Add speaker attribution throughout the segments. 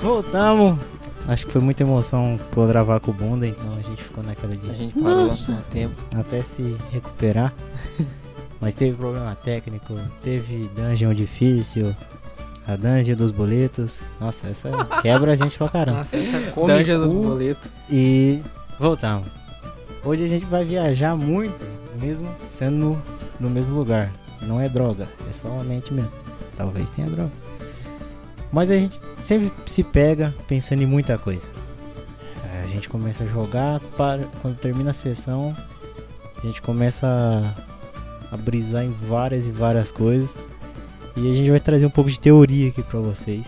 Speaker 1: Voltamos. Acho que foi muita emoção por gravar com o Bunda, então a gente ficou naquela de
Speaker 2: A gente parou
Speaker 3: Nossa.
Speaker 2: bastante tempo.
Speaker 1: até se recuperar. Mas teve problema técnico, teve dungeon difícil, a dungeon dos boletos. Nossa, essa quebra a gente pra caramba.
Speaker 4: Nossa, essa come
Speaker 2: Dungeon do
Speaker 4: cu.
Speaker 2: boleto.
Speaker 1: E voltamos. Hoje a gente vai viajar muito, mesmo sendo no, no mesmo lugar. Não é droga, é só a mente mesmo. Talvez tenha droga. Mas a gente sempre se pega pensando em muita coisa. É, A gente começa a jogar, para, quando termina a sessão, a gente começa a, a brisar em várias e várias coisas. E a gente vai trazer um pouco de teoria aqui pra vocês.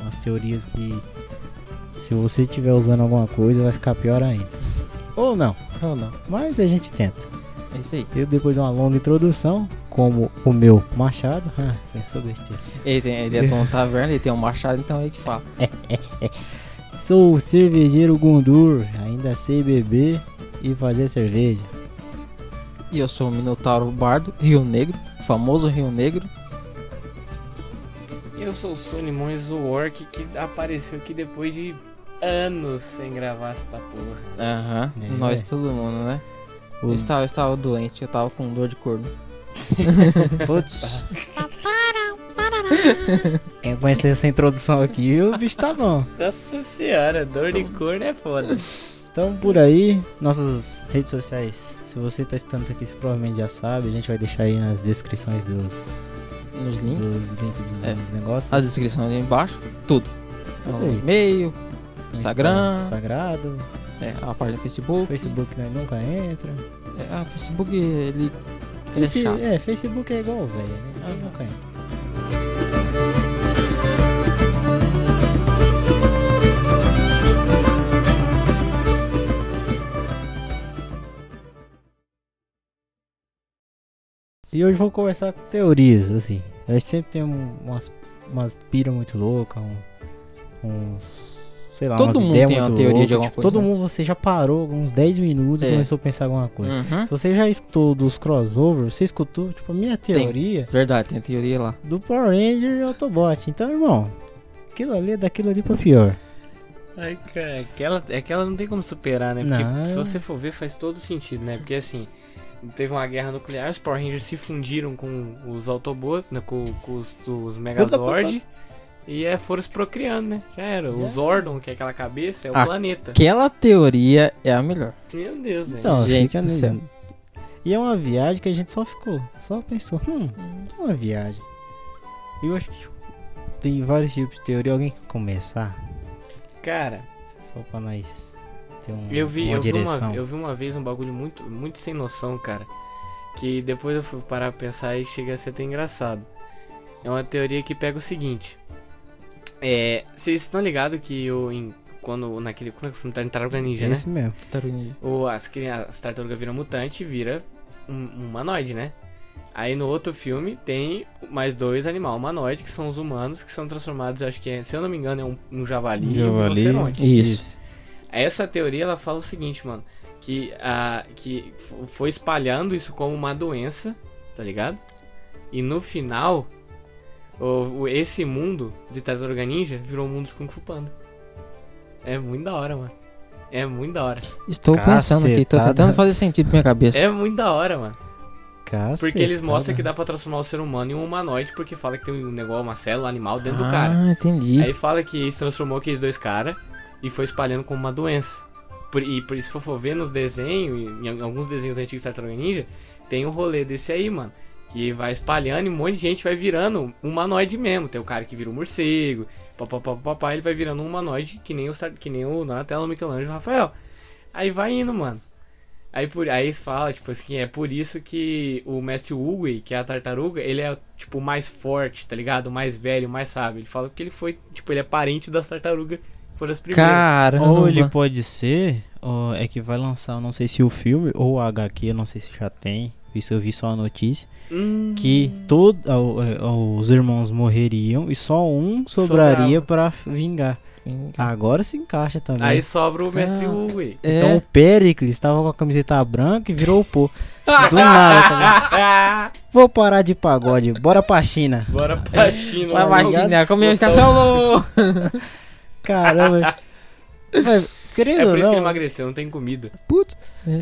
Speaker 1: Umas teorias que se você estiver usando alguma coisa, vai ficar pior ainda. Ou não,
Speaker 2: Ou não?
Speaker 1: mas a gente tenta.
Speaker 2: É isso aí.
Speaker 1: Eu, depois de uma longa introdução, como o meu machado, ah, pensou besteira.
Speaker 2: Ele, tem, ele é Tom Taverna, ele tem um machado, então é ele que fala.
Speaker 1: Sou o cervejeiro Gundur, ainda sei beber e fazer cerveja.
Speaker 2: E eu sou o Minotauro Bardo, Rio Negro, famoso Rio Negro.
Speaker 4: Eu sou o Sonimões, o Orc, que apareceu aqui depois de anos sem gravar esta porra.
Speaker 2: Aham,
Speaker 1: É.
Speaker 2: nós todo mundo, né? Eu estava, eu estava doente, eu estava com dor de corno.
Speaker 1: Putz. Quem conhecer essa introdução aqui, o bicho tá bom.
Speaker 4: Nossa senhora, dor de corno é foda.
Speaker 1: Então, por aí, nossas redes sociais. Se você tá escutando isso aqui, você provavelmente já sabe. A gente vai deixar aí nas descrições dos,
Speaker 2: Nos links,
Speaker 1: dos links dos,
Speaker 2: É.
Speaker 1: dos negócios.
Speaker 2: as descrições ali embaixo, tudo. Então,
Speaker 1: Tudo aí. tá,
Speaker 2: e-mail,
Speaker 1: No
Speaker 2: Instagram,
Speaker 1: Instagrado.
Speaker 2: é, a página do Facebook.
Speaker 1: Facebook nós nunca entra.
Speaker 2: É, ah, Facebook, ele, ele é
Speaker 1: Face-
Speaker 2: chato.
Speaker 1: é, Facebook é igual, velho. Né?
Speaker 2: Ah,
Speaker 1: Ele
Speaker 2: tá.
Speaker 1: Nunca entra. E hoje vou conversar com teorias, assim. A gente sempre tem um- umas, umas pira muito louca, um, uns. Sei lá,
Speaker 2: Todo
Speaker 1: umas
Speaker 2: mundo
Speaker 1: ideias
Speaker 2: tem uma
Speaker 1: muito
Speaker 2: teoria
Speaker 1: loucas.
Speaker 2: de alguma
Speaker 1: Tipo,
Speaker 2: coisa,
Speaker 1: Todo
Speaker 2: né?
Speaker 1: mundo, você já parou uns 10 minutos e
Speaker 2: É.
Speaker 1: começou a pensar alguma coisa.
Speaker 2: Uhum.
Speaker 1: Se você já escutou dos crossovers, você escutou, tipo, a minha teoria
Speaker 2: Verdade, tem teoria lá.
Speaker 1: do Power Ranger e Autobot. Então, irmão, aquilo ali é daquilo ali pra pior.
Speaker 4: Ai, cara, aquela, aquela não tem como superar, né? Porque
Speaker 1: Não.
Speaker 4: se você for ver, faz todo sentido, né? Porque assim, teve uma guerra nuclear, os Power Rangers se fundiram com os Autobots, né, com, com os, os Megazord. E é, foram se procriando, né? Já era. O Zordon, que é aquela cabeça, é o
Speaker 2: Ah.
Speaker 4: planeta.
Speaker 2: Aquela teoria é a melhor.
Speaker 4: Meu Deus, velho.
Speaker 1: Então,
Speaker 2: Gente
Speaker 1: fica
Speaker 2: do
Speaker 1: nesse-
Speaker 2: céu.
Speaker 1: E é uma viagem que a gente só ficou, só pensou, hum, é uma viagem. E eu acho que tipo, tem vários tipos de teoria. Alguém quer começar?
Speaker 4: Cara,
Speaker 1: Só pra nós ter um,
Speaker 4: Eu vi,
Speaker 1: uma
Speaker 4: eu vi,
Speaker 1: direção.
Speaker 4: uma, eu vi uma vez um bagulho muito, muito sem noção, cara. Que depois eu fui parar pra pensar e chega a ser até engraçado. É uma teoria que pega o seguinte. É. Vocês estão ligados que eu. Em, quando naquele. Como é que foi? Na Tartaruga Ninja,
Speaker 1: É
Speaker 4: né?
Speaker 1: Esse mesmo.
Speaker 4: Ou as, cri- as tartarugas viram mutante e vira um humanoide, né? Aí no outro filme tem mais dois animais humanoides, que são os humanos, que são transformados, acho que é, se eu não me engano, é um, um javali, e um rinoceronte.
Speaker 2: Isso.
Speaker 4: Essa teoria ela fala o seguinte, mano, que a que f- foi espalhando isso como uma doença, tá ligado? E no final o, o- esse mundo de Tartaruga Ninja virou o mundo de Kung Fu Panda. É muito da hora, mano. É muito da hora.
Speaker 2: Estou pensando aqui, tô
Speaker 1: Cacetada.
Speaker 2: tentando fazer sentido pra minha cabeça.
Speaker 4: É muito da hora, mano.
Speaker 1: Caceta,
Speaker 4: Porque eles mostram que dá pra transformar o ser humano em um humanoide, porque fala que tem um negócio, uma célula, um animal dentro do cara.
Speaker 2: Ah, entendi.
Speaker 4: Aí fala que se transformou aqueles dois caras e foi espalhando como uma doença. Por- e por isso, se for ver nos desenhos, em, em alguns desenhos antigos de Tartaruga Ninja, tem um rolê desse aí, mano. Que vai espalhando e um monte de gente vai virando humanoide mesmo. Tem o cara que vira um morcego, papapá, ele vai virando um humanoide que nem o, Sar- que nem o na tela do Michelangelo e o Rafael. Aí vai indo, mano. Aí, por, aí eles falam, tipo assim, é por isso que o mestre Ugui, que é a tartaruga, ele é, tipo, o mais forte, tá ligado? O mais velho, o mais sábio. Ele fala que ele foi, tipo, ele é parente das tartarugas, que foram as primeiras.
Speaker 2: Caramba.
Speaker 1: Ou ele pode ser, ou é que vai lançar, eu não sei se o filme ou o HQ, eu não sei se já tem. isso eu vi só a notícia,
Speaker 4: Hum,
Speaker 1: que todo, ao- ao- os irmãos morreriam e só um sobraria pra vingar. Agora se encaixa também.
Speaker 4: Aí sobra o mestre
Speaker 2: Ah.
Speaker 4: Hugo aí.
Speaker 2: É,
Speaker 1: Então o Pericles estava com a camiseta branca e virou o pô. Do nada também. Vou parar de pagode, bora pra China.
Speaker 4: Bora pra China.
Speaker 2: vai
Speaker 1: É. vai,
Speaker 4: mano.
Speaker 1: tá ligado? Então-
Speaker 2: vacinar, comeu os cachorros.
Speaker 1: Caramba. Mas,
Speaker 4: É
Speaker 1: querendo
Speaker 4: por
Speaker 1: ou
Speaker 4: isso que ele
Speaker 1: não,
Speaker 4: emagreceu, não tem comida.
Speaker 1: putz,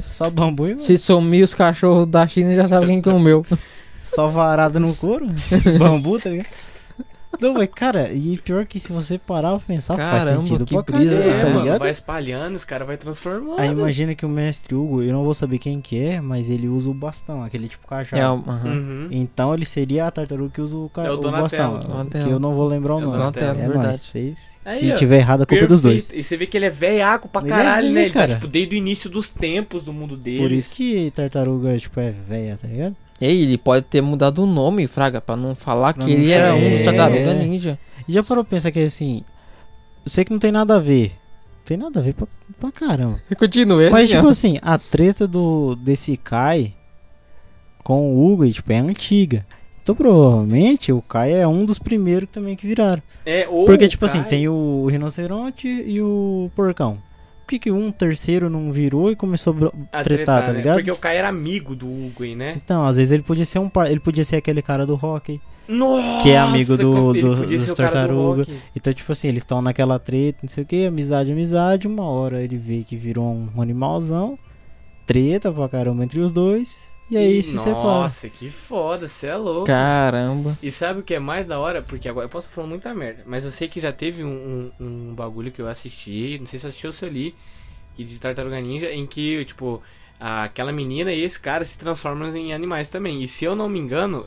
Speaker 1: só bambu e
Speaker 2: Se sumir os cachorros da China, já sabe quem comeu.
Speaker 1: Só varada no couro? Bambu, tá ligado? Não, mas cara, e pior que se você parar pra pensar, faz
Speaker 2: Caramba,
Speaker 1: sentido
Speaker 2: que
Speaker 1: pra
Speaker 2: brisa,
Speaker 1: caramba,
Speaker 2: né?
Speaker 1: tá
Speaker 4: É, mano,
Speaker 1: ligado?
Speaker 4: vai espalhando, os caras vai transformando.
Speaker 1: Aí imagina que o mestre Hugo, eu não vou saber quem que é, mas ele usa o bastão, aquele tipo cajado.
Speaker 2: É, aham.
Speaker 4: Uhum.
Speaker 1: Então ele seria a tartaruga que usa o, ca...
Speaker 4: É o
Speaker 1: o
Speaker 4: Donatello.
Speaker 1: bastão.
Speaker 2: Donatello.
Speaker 1: Que eu não vou lembrar o
Speaker 4: É o
Speaker 1: nome.
Speaker 4: Donatello,
Speaker 1: é
Speaker 2: verdade.
Speaker 1: nóis. Vocês-
Speaker 4: Aí,
Speaker 1: se
Speaker 4: ó,
Speaker 1: tiver errado, a culpa é dos dois.
Speaker 4: Perfeito. E você vê que ele é veiaco pra
Speaker 1: Ele é
Speaker 4: caralho, né?
Speaker 1: velho,
Speaker 4: Ele
Speaker 1: cara.
Speaker 4: tá, tipo, desde o início dos tempos do mundo dele.
Speaker 1: Por isso que tartaruga, tipo, é velha, tá ligado?
Speaker 2: E aí, ele pode ter mudado o nome, Fraga, pra não falar
Speaker 1: Pra
Speaker 2: que
Speaker 1: não
Speaker 2: ele era
Speaker 1: falar.
Speaker 2: um dos
Speaker 1: É.
Speaker 2: tartaruga ninja.
Speaker 1: E já parou pra pensar que assim, eu sei que não tem nada a ver. Tem nada a ver pra, pra caramba.
Speaker 2: Continua, esse
Speaker 1: Mas, tipo
Speaker 2: mesmo.
Speaker 1: assim, a treta do desse Kai com o Hugo, tipo, é antiga. Então, provavelmente, o Kai é um dos primeiros também que viraram.
Speaker 4: É, ou
Speaker 1: Porque, tipo assim,
Speaker 4: cai-
Speaker 1: tem o rinoceronte e o porcão. Por que, que um terceiro não virou e começou a bro-
Speaker 4: a
Speaker 1: tretar, tá
Speaker 4: né?
Speaker 1: ligado?
Speaker 4: Porque o cara era amigo do Hugo, hein, né?
Speaker 1: Então, às vezes ele podia ser um par... ele podia ser aquele cara do rock.
Speaker 4: Nossa!
Speaker 1: Que é amigo do-
Speaker 4: como ele
Speaker 1: do-
Speaker 4: podia
Speaker 1: dos
Speaker 4: ser o cara do
Speaker 1: tartaruga.
Speaker 4: rock.
Speaker 1: Então, tipo assim, eles estão naquela treta, não sei o que, amizade, amizade. Uma hora ele vê que virou um animalzão, treta pra caramba entre os dois, e aí se separa.
Speaker 4: Nossa, que foda, você é louco.
Speaker 2: Caramba.
Speaker 4: E sabe o que é mais da hora? Porque agora eu posso falar muita merda, mas eu sei que já teve um, um, um bagulho que eu assisti, não sei se eu assisti ou se eu li, que de Tartaruga Ninja, em que, tipo, a- aquela menina e esse cara se transformam em animais também. E se eu não me engano,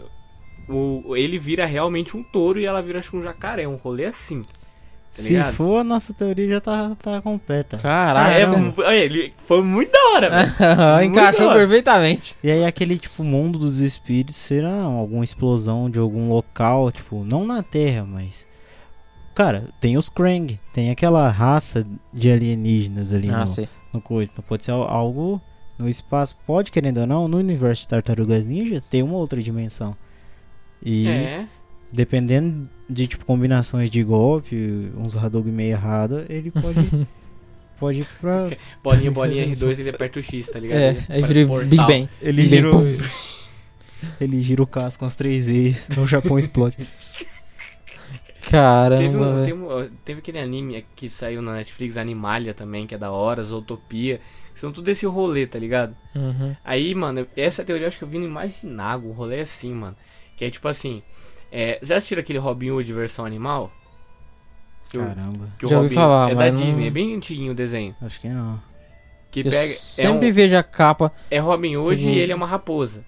Speaker 4: o, ele vira realmente um touro e ela vira acho que um jacaré, um rolê assim.
Speaker 1: Se
Speaker 4: ligado?
Speaker 1: for, a nossa teoria já tá, tá completa.
Speaker 4: Ah, é,
Speaker 2: Caramba.
Speaker 4: um- é, ele foi muito da
Speaker 2: É.
Speaker 4: hora, velho.
Speaker 2: Encaixou
Speaker 4: Muito bom.
Speaker 2: perfeitamente.
Speaker 1: E aí aquele, tipo, mundo dos espíritos será alguma explosão de algum local, tipo, não na Terra, mas... Cara, tem os Krang, tem aquela raça de alienígenas ali
Speaker 2: Ah,
Speaker 1: no,
Speaker 2: sei.
Speaker 1: no coisa. Então pode ser al- algo no espaço. Pode, querendo ou não, no universo de Tartarugas Ninja tem uma outra dimensão. E
Speaker 4: É.
Speaker 1: dependendo de tipo combinações de golpe, uns Hadouken meio errado, ele pode pode ir pra
Speaker 4: Bolinha, bolinha R2, ele aperta o X, tá ligado?
Speaker 2: É,
Speaker 4: Ele
Speaker 2: aí
Speaker 4: faz
Speaker 2: vira o
Speaker 4: portal.
Speaker 2: Big Bang.
Speaker 1: ele
Speaker 2: Ele
Speaker 1: gira o-
Speaker 2: pum.
Speaker 1: ele gira o casco umas três vezes, no Japão explode.
Speaker 4: Teve,
Speaker 2: Caramba,
Speaker 4: um,
Speaker 2: velho.
Speaker 4: teve, um- teve aquele anime que saiu na Netflix, Animalia também, que é da hora, Zootopia. São tudo esse rolê, tá ligado?
Speaker 2: Uhum.
Speaker 4: Aí, mano, essa teoria eu acho que eu vi no Imaginago, um rolê assim, mano. Que é tipo assim, é, já assistiram aquele Robin Hood versão animal? Que o-
Speaker 1: Caramba.
Speaker 4: que o
Speaker 2: Já ouvi
Speaker 4: Robin
Speaker 2: falar,
Speaker 4: é da
Speaker 2: mas não-
Speaker 4: Disney, é bem antiguinho o desenho.
Speaker 1: Acho que não.
Speaker 4: Que
Speaker 2: Eu
Speaker 4: pega, é, um,
Speaker 2: sempre vejo a capa.
Speaker 4: é Robin Hood
Speaker 2: Entendi.
Speaker 4: e ele é uma raposa.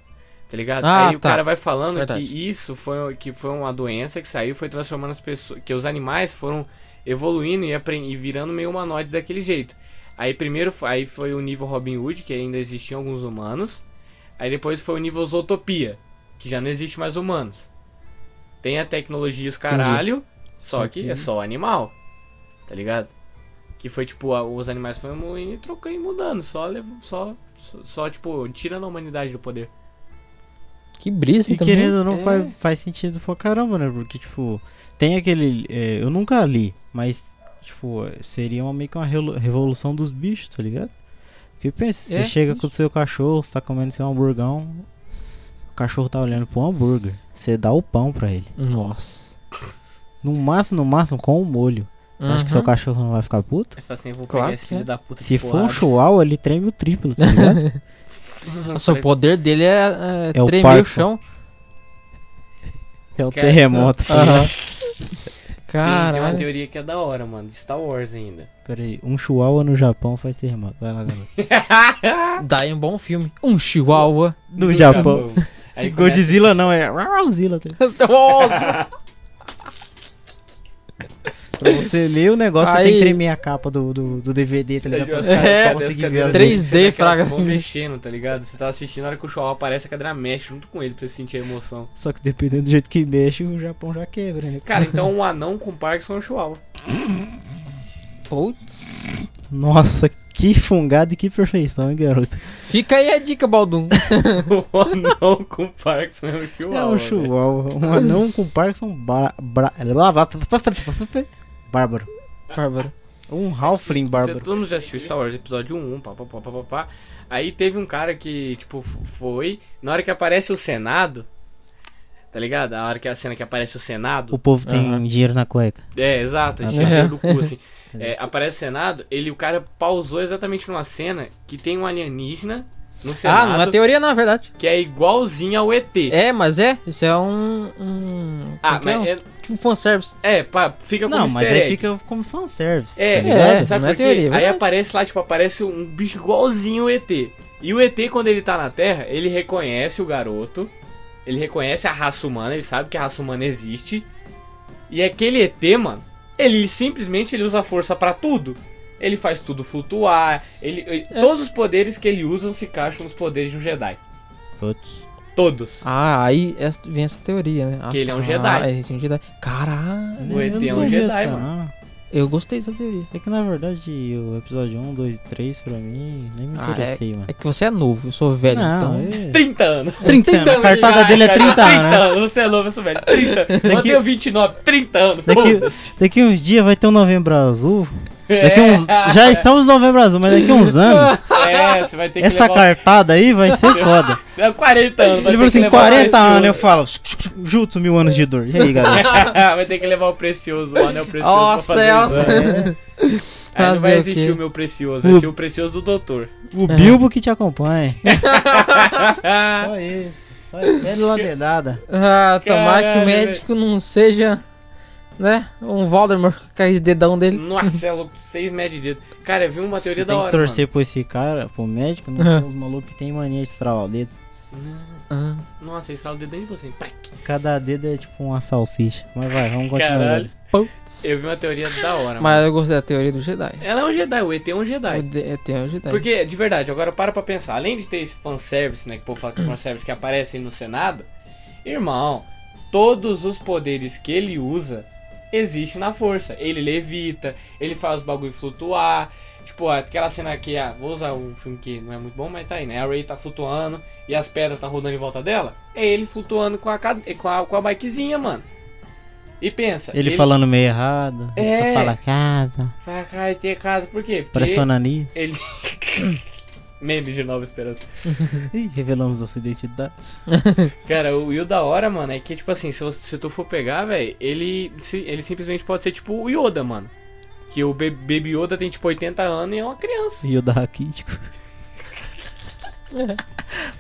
Speaker 4: Tá ligado?
Speaker 2: Ah,
Speaker 4: Aí o
Speaker 2: tá.
Speaker 4: cara vai falando
Speaker 2: Verdade.
Speaker 4: que isso foi, um, que foi uma doença que saiu, foi transformando as pessoas. Que os animais foram evoluindo e, apren- e virando meio humanoides daquele jeito. Aí primeiro fo- aí foi o nível Robin Hood, que ainda existiam alguns humanos. Aí depois foi o nível Zootopia, que já não existe mais humanos. Tem a tecnologia e os caralho, só
Speaker 1: Só
Speaker 4: que,
Speaker 1: que-
Speaker 4: é só animal. Tá ligado? Que foi tipo, a- os animais foram indo e trocando e mudando, só, levo- só, só, só, tipo, tirando a humanidade do poder.
Speaker 2: Que brisa
Speaker 1: E
Speaker 2: também.
Speaker 1: querendo ou não,
Speaker 4: É.
Speaker 1: faz, faz sentido pra caramba, né? Porque, tipo, tem aquele. é, eu nunca li, mas, tipo, seria uma, meio que uma relo- revolução dos bichos, tá ligado? Porque pensa, você
Speaker 2: É,
Speaker 1: chega com o seu cachorro, você tá comendo seu hamburgão, o cachorro tá olhando pro hambúrguer, você dá o pão pra ele.
Speaker 2: Nossa.
Speaker 1: No máximo, no máximo, com o molho. Você acha
Speaker 2: Uhum.
Speaker 1: que seu cachorro não vai ficar puto?
Speaker 4: Aí fala assim, eu vou
Speaker 2: Claro
Speaker 4: pegar esse
Speaker 2: que
Speaker 4: filho
Speaker 2: é.
Speaker 4: da puta
Speaker 1: Se
Speaker 4: de
Speaker 1: for um
Speaker 4: porrada.
Speaker 1: chihuahua, ele treme o triplo, tá ligado?
Speaker 2: Nossa, o poder dele é, é,
Speaker 1: É o
Speaker 2: tremer o
Speaker 1: Parkinson.
Speaker 2: chão.
Speaker 1: É o
Speaker 4: Cara,
Speaker 1: terremoto. tá ligado?
Speaker 2: Aham.
Speaker 4: Tem, tem uma
Speaker 2: Caralho.
Speaker 4: teoria que é da hora, mano, de Star Wars ainda.
Speaker 1: Pera aí, um chihuahua no Japão faz terremoto. Vai lá, galera.
Speaker 2: Daí é um bom filme. Um chihuahua.
Speaker 1: No, Japão.
Speaker 4: Aí começa,
Speaker 1: Godzilla não, é Rarazilla, tá ligado?
Speaker 2: Nossa.
Speaker 1: Pra você ler o negócio, você tem
Speaker 2: Aí-
Speaker 1: que tremer a capa do, do, do DVD, tá
Speaker 4: você
Speaker 1: ligado?
Speaker 4: viu as
Speaker 1: Pra
Speaker 4: caras-
Speaker 2: É,
Speaker 4: as
Speaker 1: conseguir
Speaker 4: cadeiras-
Speaker 1: ver as-
Speaker 4: as cadeiras-
Speaker 2: 3D,
Speaker 4: aquelas
Speaker 2: fraga.
Speaker 4: mãos mexendo, tá ligado? Você tá assistindo, na hora que o Chihuahua aparece, a cadeira mexe junto com ele pra você sentir a emoção.
Speaker 1: Só que dependendo do jeito que mexe, o Japão já quebra, né?
Speaker 4: Cara, então um anão com Parkinson é um Chihuahua.
Speaker 2: Putz.
Speaker 1: Nossa, Que fungado e que perfeição, hein, garoto?
Speaker 2: Fica aí a dica, Baldum.
Speaker 4: o Um anão com Parkinson é um
Speaker 1: É
Speaker 4: chihuahua.
Speaker 1: um
Speaker 4: velho.
Speaker 1: chihuahua, um anão com Parkinson bra... bra... lá, vá- bárbaro.
Speaker 2: Bárbaro.
Speaker 1: Um Halfling
Speaker 4: Cê-
Speaker 1: bárbaro.
Speaker 4: Todo mundo já assistiu Star Wars episódio 1, pá, pá, pá, pá, pá, pá. Aí teve um cara que, tipo, f- foi. Na hora que aparece o Senado. Tá ligado? A hora que a cena que aparece o Senado.
Speaker 1: O povo tem
Speaker 2: Aham.
Speaker 1: dinheiro na cueca.
Speaker 4: É, exato, a gente
Speaker 2: É.
Speaker 4: tá do cu, assim. É, aparece o Senado, ele, o cara pausou exatamente numa cena que tem um alienígena no
Speaker 2: Ah,
Speaker 4: Senado
Speaker 2: não é teoria, não, é verdade.
Speaker 4: que é igualzinho ao ET.
Speaker 2: É, mas é. Isso é um. um
Speaker 4: ah,
Speaker 2: como que é?
Speaker 4: mas
Speaker 2: Um-
Speaker 4: é,
Speaker 2: Tipo um fanservice.
Speaker 4: é, pá, fica com
Speaker 1: Não, mas
Speaker 4: easter
Speaker 1: aí
Speaker 4: egg.
Speaker 1: fica como fanservice,
Speaker 4: É,
Speaker 1: tá ligado?
Speaker 2: é.
Speaker 4: sabe
Speaker 2: não
Speaker 4: por quê?
Speaker 2: teoria, é
Speaker 4: Aí
Speaker 2: verdade.
Speaker 4: aparece lá, tipo, aparece um bicho igualzinho o ET. E o ET, quando ele tá na Terra, ele reconhece o garoto, ele reconhece a raça humana, ele sabe que a raça humana existe. E aquele ET, mano, ele simplesmente ele usa força pra tudo. Ele faz tudo flutuar, ele, ele-
Speaker 2: É.
Speaker 4: todos os poderes que ele usa se encaixam nos poderes de um Jedi.
Speaker 1: Putz.
Speaker 4: Todos.
Speaker 2: Ah, aí essa- vem essa teoria, né? Ah,
Speaker 4: Que ele é um
Speaker 2: tá.
Speaker 4: Jedi.
Speaker 2: Ah, ele é um Jedi. Caralho.
Speaker 4: O ET
Speaker 1: Eu não
Speaker 4: é um
Speaker 1: sabia
Speaker 4: Jedi,
Speaker 1: disso,
Speaker 4: mano.
Speaker 1: não.
Speaker 2: Eu gostei dessa teoria.
Speaker 1: É que na verdade o episódio 1, 2 e 3 pra mim nem me
Speaker 2: Ah,
Speaker 1: interessei, mano.
Speaker 2: É que você é novo, eu sou velho,
Speaker 1: Não,
Speaker 2: então.
Speaker 1: é-
Speaker 4: 30 anos.
Speaker 1: 30 anos, a cartada dele é 30 anos. né?
Speaker 4: anos, você é louco, isso velho. 30. Eu tenho 29, 30 anos.
Speaker 1: Daqui-
Speaker 4: foda-se.
Speaker 1: Daqui uns dias vai ter um novembro azul. Daqui
Speaker 4: É.
Speaker 1: uns... Já estamos no novembro azul, mas daqui uns anos,
Speaker 4: É, você vai ter que
Speaker 1: essa
Speaker 4: levar os-
Speaker 1: cartada aí vai ser foda.
Speaker 4: Você é 40 anos,
Speaker 1: Ele
Speaker 4: vai ter
Speaker 1: falou
Speaker 4: que
Speaker 1: assim,
Speaker 4: levar o
Speaker 1: 40 anos, eu
Speaker 4: precioso.
Speaker 1: falo, jutsu mil anos de dor. E aí, galera?
Speaker 4: vai ter que levar o precioso, é o anel precioso
Speaker 2: Nossa,
Speaker 4: pra fazer o
Speaker 2: nossa.
Speaker 4: exame.
Speaker 1: É.
Speaker 4: Aí não vai
Speaker 2: Fazer o
Speaker 4: existir
Speaker 2: quê?
Speaker 4: o, meu precioso, vai
Speaker 1: O-
Speaker 4: ser o precioso do doutor.
Speaker 1: O
Speaker 2: É.
Speaker 1: Bilbo que te acompanha.
Speaker 4: Ah,
Speaker 1: Só isso. Só isso. É de ladedada.
Speaker 2: Ah, tomara que
Speaker 4: Caralho,
Speaker 2: o médico não seja, né? Um Voldemort com aquele dedão dele.
Speaker 4: nossa, é louco, 6 médios de dedo. Cara, eu vi uma teoria
Speaker 1: Tem
Speaker 4: da
Speaker 1: que
Speaker 4: hora.
Speaker 1: torcer por esse cara, pro médico, não
Speaker 2: É.
Speaker 1: são os malucos que tem mania de estralar o dedo.
Speaker 4: mano.
Speaker 2: Ah,
Speaker 4: Nossa, estrala o dedo dentro de você. Prac.
Speaker 1: Cada dedo é tipo uma salsicha. Mas vai, vamos continuar.
Speaker 4: Caralho.
Speaker 1: velho.
Speaker 2: putz.
Speaker 4: Eu vi uma teoria da hora. mano.
Speaker 2: Mas eu gostei da teoria do Jedi.
Speaker 4: Ela é um Jedi, o ET é um Jedi.
Speaker 2: Eu, de- eu tenho o Jedi.
Speaker 4: Porque, de verdade, agora para pra pensar. Além de ter esse fanservice, né? Que o povo fala que é fanservice que aparece aí no Senado. Irmão, todos os poderes que ele usa existem na força. Ele levita, ele faz os bagulho flutuar. Tipo, aquela cena que ah, vou usar um filme que não é muito bom, mas tá aí, né? A Ray tá flutuando e as pedras tá rodando em volta dela. É ele flutuando com a, cade- com a, com a bikezinha, mano. E pensa.
Speaker 1: Ele, falando meio errado, ele só
Speaker 4: É.
Speaker 1: fala casa,
Speaker 4: Vai cair ter casa, por quê? Porque
Speaker 1: parece o Ananias.
Speaker 4: ele. Meme de Nova Esperança.
Speaker 1: Ih, revelamos nossa identidade.
Speaker 4: Cara, o Will da hora, mano, é que, tipo assim, se, você- se tu for pegar, velho, ele, se- ele simplesmente pode ser tipo o Yoda, mano. Que o Be- Baby Yoda tem, tipo, 80 anos e é uma criança.
Speaker 1: E o da Raquítico.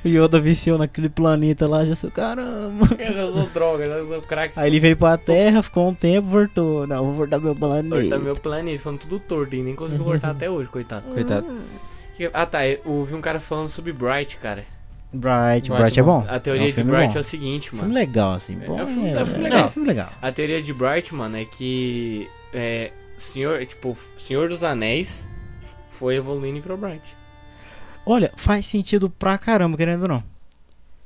Speaker 1: O Yoda viciou naquele planeta lá, já sou caramba.
Speaker 4: Eu usou droga, eu usou crack.
Speaker 1: Aí ele veio pra Terra, ficou um tempo, voltou. Não, vou voltar pro meu planeta.
Speaker 4: Torta meu planeta, falando tudo torto e nem conseguiu
Speaker 1: Uhum.
Speaker 4: voltar até hoje, coitado.
Speaker 2: Coitado.
Speaker 4: Que- Ah tá, eu ouvi um cara falando sobre Bright, cara.
Speaker 1: Bright,
Speaker 2: Bright
Speaker 1: Bright
Speaker 2: é
Speaker 1: é bom.
Speaker 4: A
Speaker 1: É
Speaker 4: teoria
Speaker 1: um
Speaker 4: de
Speaker 1: filme
Speaker 4: Bright
Speaker 1: bom.
Speaker 4: é o seguinte, mano.
Speaker 1: Filme legal, assim.
Speaker 4: É,
Speaker 1: Bom,
Speaker 4: é um filme- é um filme
Speaker 1: É
Speaker 4: legal.
Speaker 1: um filme legal.
Speaker 4: A teoria de Bright, mano, é que é, senhor, tipo, Senhor dos Anéis foi evoluindo e virou Bright.
Speaker 1: Olha, faz sentido pra caramba, querendo ou não.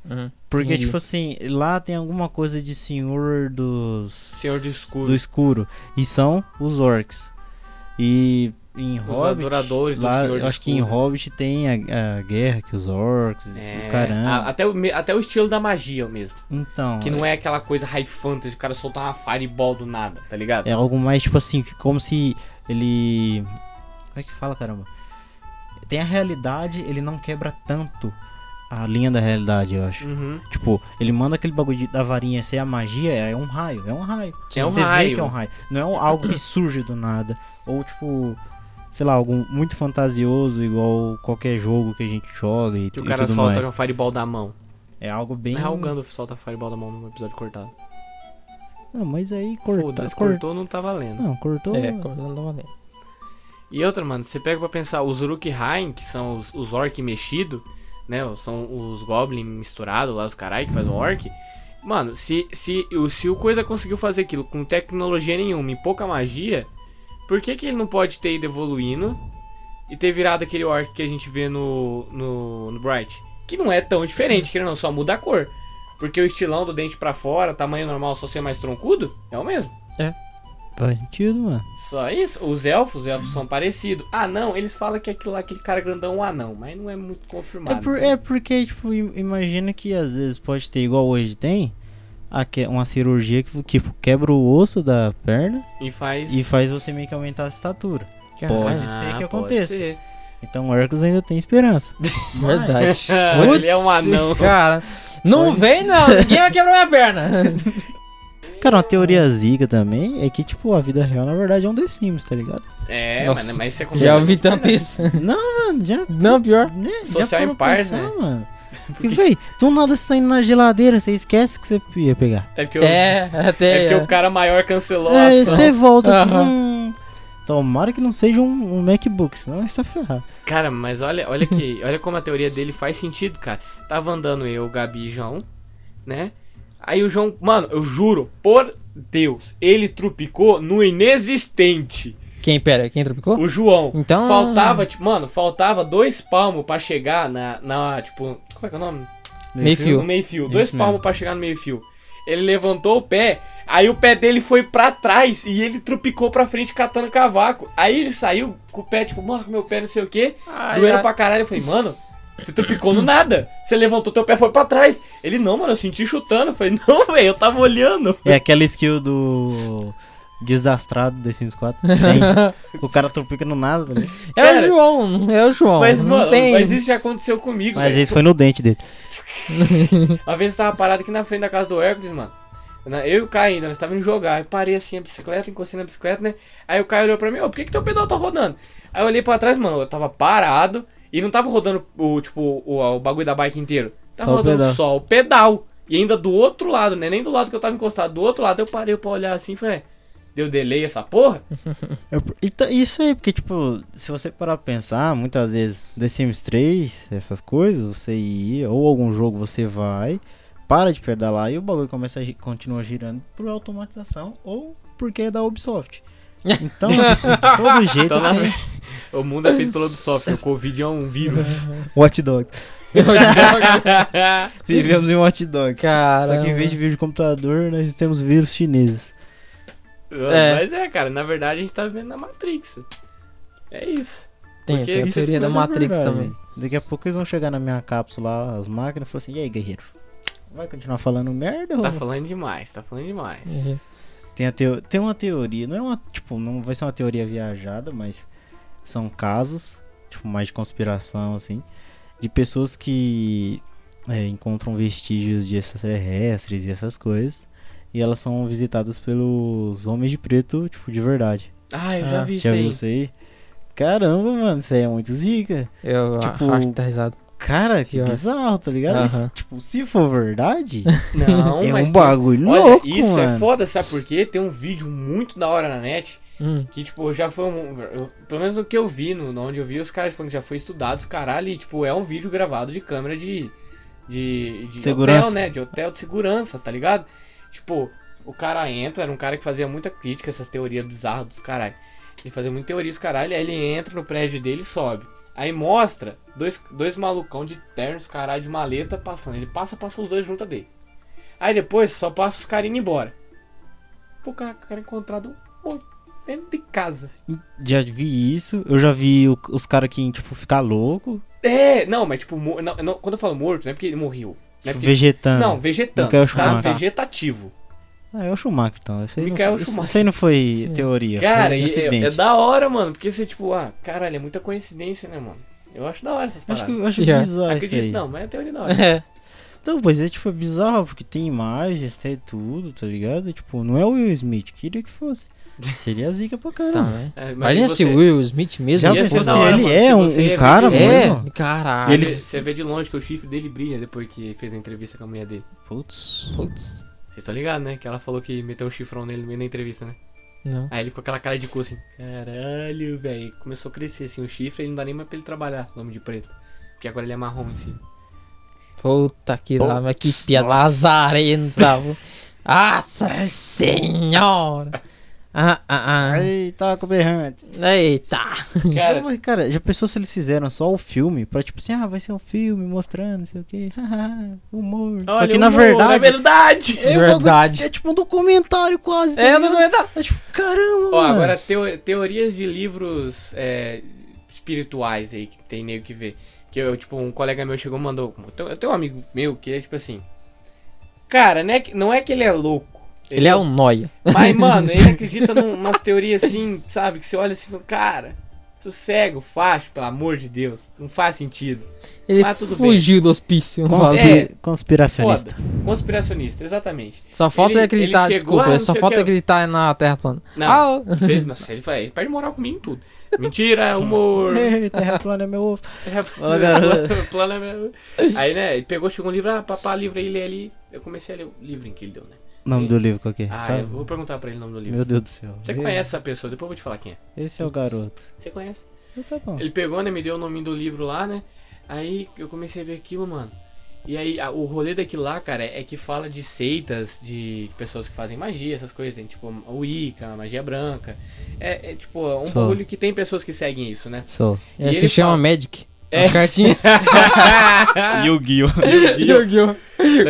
Speaker 2: Uhum.
Speaker 1: Porque,
Speaker 2: Entendi.
Speaker 1: tipo assim, lá tem alguma coisa de senhor dos.
Speaker 4: Senhor do Escuro,
Speaker 1: do escuro. E são os orcs. E em
Speaker 4: os
Speaker 1: Hobbit.
Speaker 4: adoradores do
Speaker 1: Lá,
Speaker 4: Senhor do
Speaker 1: eu acho que
Speaker 4: Escuro.
Speaker 1: em Hobbit tem a, a guerra que os orcs,
Speaker 4: É,
Speaker 1: os caramba.
Speaker 4: a- até, o, me- até o estilo da magia mesmo.
Speaker 1: Então.
Speaker 4: Que não é aquela coisa high fantasy, o cara soltar uma fireball do nada, tá ligado?
Speaker 1: É algo mais tipo assim, que como se ele. Como é que fala, caramba? Tem a realidade, ele não quebra tanto a linha da realidade, eu acho.
Speaker 4: Uhum.
Speaker 1: Tipo, ele manda aquele bagulho de- da varinha ser a magia, é um raio, é um raio.
Speaker 4: É um
Speaker 1: Você vê
Speaker 4: raio.
Speaker 1: que é um raio. Não é um- algo que surge do nada. Ou tipo, sei lá, algo muito fantasioso, igual qualquer jogo que a gente joga e,
Speaker 4: Que o
Speaker 1: e
Speaker 4: cara
Speaker 1: tudo
Speaker 4: solta
Speaker 1: mais.
Speaker 4: uma fireball da mão.
Speaker 1: É algo bem.
Speaker 4: Na real, o Gandalf solta a fireball da mão no episódio cortado.
Speaker 1: Não, mas aí corta,
Speaker 4: Foda-se,
Speaker 1: cortou.
Speaker 4: cortou, não tá valendo.
Speaker 1: Não, cortou.
Speaker 2: É, cortando da maneira.
Speaker 4: E outra, mano, você pega pra pensar, os Uruk-hain, que são os, os orc mexido, né? os- São os goblin misturado lá, os carai que faz o orc. Mano, se, se, o- se o Coisa conseguiu fazer aquilo com tecnologia nenhuma e pouca magia, por que, que ele não pode ter ido evoluindo e ter virado aquele orc que a gente vê no, no, no Bright? Que não é tão diferente, que ele não só muda a cor. Porque o estilão do dente pra fora, tamanho normal, só ser mais troncudo, é o mesmo.
Speaker 1: Faz sentido, mano.
Speaker 4: Só isso? Os elfos, os elfos são parecidos. Ah, não, eles falam que aquilo lá, aquele cara grandão é um anão, mas não é muito
Speaker 1: É,
Speaker 4: confirmado. então.
Speaker 1: por- é porque, tipo, im- imagina que às vezes pode ter, igual hoje tem, a que- uma cirurgia que tipo, quebra o osso da perna
Speaker 4: E faz.
Speaker 1: e faz você meio que aumentar a estatura.
Speaker 4: Ah,
Speaker 1: Pode ser que
Speaker 4: pode
Speaker 1: aconteça.
Speaker 4: ser.
Speaker 1: Então o Hercules ainda tem esperança.
Speaker 2: Verdade.
Speaker 4: Ele é um anão.
Speaker 2: Cara, não vem não, ninguém vai quebrar minha perna.
Speaker 1: Cara, uma teoria zica também é que, tipo, a vida real na verdade é um The Sims, tá ligado?
Speaker 4: É,
Speaker 2: Nossa,
Speaker 4: mas, mas isso
Speaker 2: Já
Speaker 4: é completamente
Speaker 2: ouvi tanto
Speaker 4: diferente.
Speaker 2: isso.
Speaker 1: Mano, já.
Speaker 2: Não, pior.
Speaker 1: Né? já
Speaker 4: Social
Speaker 1: foram
Speaker 4: em pairs,
Speaker 1: pensar,
Speaker 4: né?
Speaker 1: mano. Porque, véi, do nada você tá indo na geladeira, você esquece que você ia pegar.
Speaker 4: É porque, eu-
Speaker 2: É,
Speaker 4: é
Speaker 2: até.
Speaker 4: porque o cara maior cancelou a
Speaker 1: É,
Speaker 4: ação.
Speaker 1: você volta assim.
Speaker 2: Aham.
Speaker 1: Hum, tomara que não seja um, um MacBook, senão você tá ferrado.
Speaker 4: Cara, mas olha, olha que, olha como a teoria dele faz sentido, cara. Tava andando eu, Gabi e João, né? Aí o João, mano, eu juro, por Deus, ele trupicou no inexistente.
Speaker 2: Quem, pera, quem tropicou?
Speaker 4: O João.
Speaker 2: Então-
Speaker 4: Faltava, tipo, mano, faltava dois palmos pra chegar na, na, tipo, como é que é o nome?
Speaker 2: Meio-fio.
Speaker 4: No meio-fio.
Speaker 1: Isso
Speaker 4: Dois
Speaker 1: mesmo.
Speaker 4: palmos pra chegar no meio-fio. Ele levantou o pé, aí o pé dele foi pra trás e ele trupicou pra frente catando cavaco. Aí ele saiu com o pé, tipo, mano, com meu pé não sei o quê. doendo pra caralho. Eu falei, mano, você trupicou no nada. Você levantou, teu pé foi pra trás. Ele, não, mano, eu senti chutando. Eu falei, não, velho, eu tava olhando.
Speaker 1: É aquela skill do. Desastrado The Sims 4. Tem. o cara tropica no nada, tá ligado?
Speaker 2: É
Speaker 4: Pera.
Speaker 2: o João, é o João.
Speaker 4: Mas,
Speaker 2: não
Speaker 4: mano,
Speaker 2: tem...
Speaker 4: mas isso já aconteceu comigo.
Speaker 1: Mas
Speaker 4: velho.
Speaker 1: esse foi no dente dele.
Speaker 4: Uma vez eu tava parado aqui na frente da casa do Hércules, mano. Na- Eu e o Caio ainda, nós tava indo jogar. Eu parei assim a bicicleta, encostei na bicicleta, né? Aí o Caio olhou pra mim, ô, por que, que teu pedal tá rodando? Aí eu olhei pra trás, mano, eu tava parado e não tava rodando o, tipo, o, o bagulho da bike inteiro. Tava
Speaker 1: Só o
Speaker 4: rodando
Speaker 1: pedal.
Speaker 4: só o pedal. E ainda do outro lado, né? Nem do lado que eu tava encostado, do outro lado eu parei pra olhar assim e falei, "É, deu delay essa porra?
Speaker 1: É por- então, isso aí, porque, tipo, se você parar pra pensar, muitas vezes, The Sims 3, essas coisas, você ia, ou algum jogo você vai, para de pedalar e o bagulho começa a, gi- continua girando por automatização ou porque é da Ubisoft. Então, de todo jeito, né?
Speaker 4: Então, na-
Speaker 1: tem
Speaker 4: O mundo é feito pelo Ubisoft, o Covid é um vírus. É.
Speaker 1: Watch Dogs.
Speaker 4: Cara,
Speaker 1: Vivemos em Watch Dogs.
Speaker 2: Cara.
Speaker 1: Só que em vez de vírus de computador, nós temos vírus chineses.
Speaker 2: É.
Speaker 4: Mas é, cara, na verdade a gente tá vendo na Matrix. É isso.
Speaker 2: Tem,
Speaker 4: porque
Speaker 2: tem a
Speaker 4: isso-
Speaker 2: teoria da
Speaker 1: Isso é
Speaker 2: Matrix
Speaker 1: verdade.
Speaker 2: também.
Speaker 1: Daqui a pouco eles vão chegar na minha cápsula, lá, as máquinas, e falar assim, e aí, guerreiro? Vai continuar falando merda ou
Speaker 4: Tá falando demais, tá falando demais.
Speaker 1: É.
Speaker 2: Uhum.
Speaker 1: Tem, a teo- tem uma teoria, não é uma, tipo, não vai ser uma teoria viajada, mas são casos, tipo, mais de conspiração, assim, de pessoas que é, encontram vestígios de extraterrestres e essas coisas, e elas são visitadas pelos homens de preto, tipo, de verdade.
Speaker 4: Ah, eu
Speaker 2: Ah,
Speaker 4: já vi isso
Speaker 1: Já viu
Speaker 4: aí.
Speaker 1: isso aí? Caramba, mano, isso aí é muito zica.
Speaker 2: Eu
Speaker 1: Tipo,
Speaker 2: acho que tá risado.
Speaker 1: Cara, que
Speaker 2: Pior.
Speaker 1: bizarro, tá ligado? Isso,
Speaker 2: Aham.
Speaker 1: tipo, se for verdade,
Speaker 4: Não,
Speaker 1: é
Speaker 4: mas
Speaker 1: um
Speaker 4: tem-
Speaker 1: bagulho
Speaker 4: Olha,
Speaker 1: louco,
Speaker 4: isso
Speaker 1: mano.
Speaker 4: é foda, sabe por quê? Tem um vídeo muito da hora na net
Speaker 2: Hum.
Speaker 4: que, tipo, já foi um. eu- pelo menos no que eu vi, no, onde eu vi, os caras falando que já foi estudado, os caralho, e, tipo, é um vídeo gravado de câmera de. De, de
Speaker 1: Segurança.
Speaker 4: hotel, né? De hotel de segurança, tá ligado? Tipo, o cara entra, era um cara que fazia muita crítica, essas teorias bizarras dos caralho. Ele fazia muita teoria dos caralho, aí ele entra no prédio dele e sobe. Aí mostra dois, dois malucão de ternos, caralho, de maleta passando. Ele passa, passa os dois junto dele. Aí depois só passa os caras indo embora. Pô, o cara, o cara encontrado morto dentro de casa.
Speaker 1: Já vi isso, eu já vi o- os caras que, tipo, ficar louco,
Speaker 4: É, não, mas tipo, mor- não, não, quando eu falo morto, não é porque ele morreu. Não, é
Speaker 1: Tipo,
Speaker 4: porque-
Speaker 1: vegetando.
Speaker 4: não vegetando,
Speaker 1: Michael
Speaker 4: tá?
Speaker 1: Schumacher.
Speaker 4: Vegetativo.
Speaker 1: Ah, é o Schumacher, então. Isso aí, não
Speaker 4: Michael
Speaker 1: foi, isso-
Speaker 4: Schumacher.
Speaker 1: isso aí não foi teoria.
Speaker 4: Cara,
Speaker 1: foi um
Speaker 4: e é,
Speaker 1: acidente.
Speaker 4: é da hora, mano. Porque você, tipo, ah, caralho, é muita coincidência, né, mano? Eu acho da hora essas
Speaker 1: Acho
Speaker 4: paradas.
Speaker 1: que eu acho
Speaker 2: Já.
Speaker 1: bizarro isso aí.
Speaker 4: Acredito, não, mas é teoria da hora.
Speaker 2: É.
Speaker 1: Não, pois é, tipo, é bizarro, porque tem imagens, tem tudo, tá ligado? Tipo, não é o Will Smith, queria que fosse. Seria zica pra
Speaker 2: Tá,
Speaker 1: caramba.
Speaker 2: né?
Speaker 4: É,
Speaker 2: Imagina se o Will Smith mesmo
Speaker 1: Já
Speaker 4: Ia
Speaker 1: pensou se
Speaker 4: ser da hora,
Speaker 1: ele
Speaker 4: mano,
Speaker 1: é
Speaker 4: se
Speaker 1: um,
Speaker 4: você
Speaker 1: um
Speaker 4: ia
Speaker 1: cara
Speaker 4: ver-
Speaker 2: É,
Speaker 1: mesmo?
Speaker 2: caralho.
Speaker 4: Ah, Você
Speaker 1: Ele-
Speaker 4: vê- Você vê de longe que o chifre dele brilha depois que fez a entrevista com a mulher dele.
Speaker 1: Putz.
Speaker 2: Putz,
Speaker 4: Vocês estão ligados, né? Que ela falou que meteu um chifrão nele no meio da entrevista, né?
Speaker 2: não.
Speaker 4: Aí ele ficou com aquela cara de cu assim, caralho, velho. Começou a crescer assim o chifre, ele não dá nem mais pra ele trabalhar, nome de preto. Porque agora ele é marrom em si.
Speaker 2: Puta que lá, mas que piada
Speaker 1: nossa.
Speaker 2: lazarenta. vô. Nossa senhora. Ah, ah, ah.
Speaker 1: Ai, toca o berrante.
Speaker 2: Eita!
Speaker 1: Cara,
Speaker 4: Cara,
Speaker 1: cara, já pensou se eles fizeram só o filme? Pra tipo assim, ah, vai ser um filme mostrando, não sei o que, humor. só
Speaker 4: olha,
Speaker 1: que na
Speaker 4: humor, Na
Speaker 1: verdade.
Speaker 4: verdade!
Speaker 1: É, um bagulho-
Speaker 2: Verdade.
Speaker 1: é tipo um documentário quase. tá
Speaker 2: É, um
Speaker 1: ligado?
Speaker 2: documentário.
Speaker 1: É tipo, caramba.
Speaker 4: Ó,
Speaker 1: mano.
Speaker 4: agora teo- teorias de livros é, espirituais aí, que tem nego que ver. Que eu, tipo, um colega meu chegou e mandou. Eu eu tenho um amigo meu que é tipo assim. Cara, né, que- não é que ele é louco.
Speaker 2: Ele é um noia.
Speaker 4: Mas, mano, ele acredita num- umas teorias assim, sabe? Que você olha assim e fala, cara, sossego, facho, pelo amor de Deus. Não faz sentido.
Speaker 2: Ele
Speaker 1: Tá
Speaker 4: Ah, tudo
Speaker 2: fugiu do hospício.
Speaker 1: Conspi-
Speaker 2: vazou.
Speaker 4: É.
Speaker 1: Conspiracionista.
Speaker 4: Foda. Conspiracionista, exatamente.
Speaker 2: Só falta
Speaker 4: Ele-
Speaker 2: ele acreditar,
Speaker 4: ele chegou,
Speaker 2: desculpa,
Speaker 4: ah, não
Speaker 2: só
Speaker 4: sei o
Speaker 2: falta
Speaker 4: que-
Speaker 2: acreditar na Terra plana.
Speaker 4: Não.
Speaker 2: Ah, ô.
Speaker 4: Você, nossa, ele, vai, ele perde moral comigo em tudo. Mentira, humor.
Speaker 1: Ei, terra plana é meu ovo.
Speaker 4: É,
Speaker 1: Fala, garoto.
Speaker 4: o plano é mesmo. Aí, né, ele pegou, chegou um livro, ah, papá, livro aí, lê ali. Eu comecei a ler o livrinho que ele deu, né?
Speaker 1: Nome
Speaker 4: Ei.
Speaker 1: do livro qual que é?
Speaker 4: Ah,
Speaker 1: Sabe?
Speaker 4: eu vou perguntar pra ele o nome do livro.
Speaker 1: Meu Deus do céu.
Speaker 4: Você
Speaker 1: Ei,
Speaker 4: conhece essa pessoa, depois eu vou te falar quem é.
Speaker 1: Esse é o garoto.
Speaker 4: Você conhece?
Speaker 1: Então Tá bom.
Speaker 4: Ele pegou, né, me deu o nome do livro lá, né? Aí eu comecei a ver aquilo, mano. E aí, a- o rolê daquilo lá, cara, é que fala de seitas, de pessoas que fazem magia, essas coisas, né? tipo, o Ica, a magia branca. É, é, tipo, um
Speaker 1: Só.
Speaker 4: bagulho que tem pessoas que seguem isso, né?
Speaker 1: Sou.
Speaker 4: E
Speaker 2: Ele se
Speaker 4: ele
Speaker 2: chama
Speaker 4: fala-
Speaker 2: Magic.
Speaker 4: É.
Speaker 2: As cartinhas.
Speaker 1: Yu-Gi-Oh!
Speaker 2: Yu-Gi-Oh!
Speaker 4: tá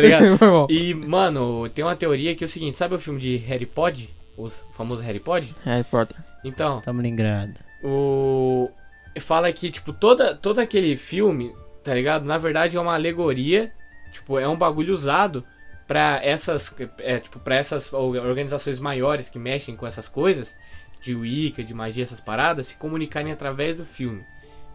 Speaker 4: ligado?
Speaker 2: Foi bom.
Speaker 4: E, mano, tem uma teoria que é o seguinte, sabe o filme de Harry Potter? Os famosos Harry Potter?
Speaker 2: Harry Potter.
Speaker 4: Então,
Speaker 1: Tamo ligado.
Speaker 4: o. Fala que, tipo, toda, todo aquele filme, tá ligado? Na verdade é uma alegoria, tipo, é um bagulho usado pra essas. É, tipo, pra essas o- organizações maiores que mexem com essas coisas, de Wicca, de magia, essas paradas, se comunicarem através do filme.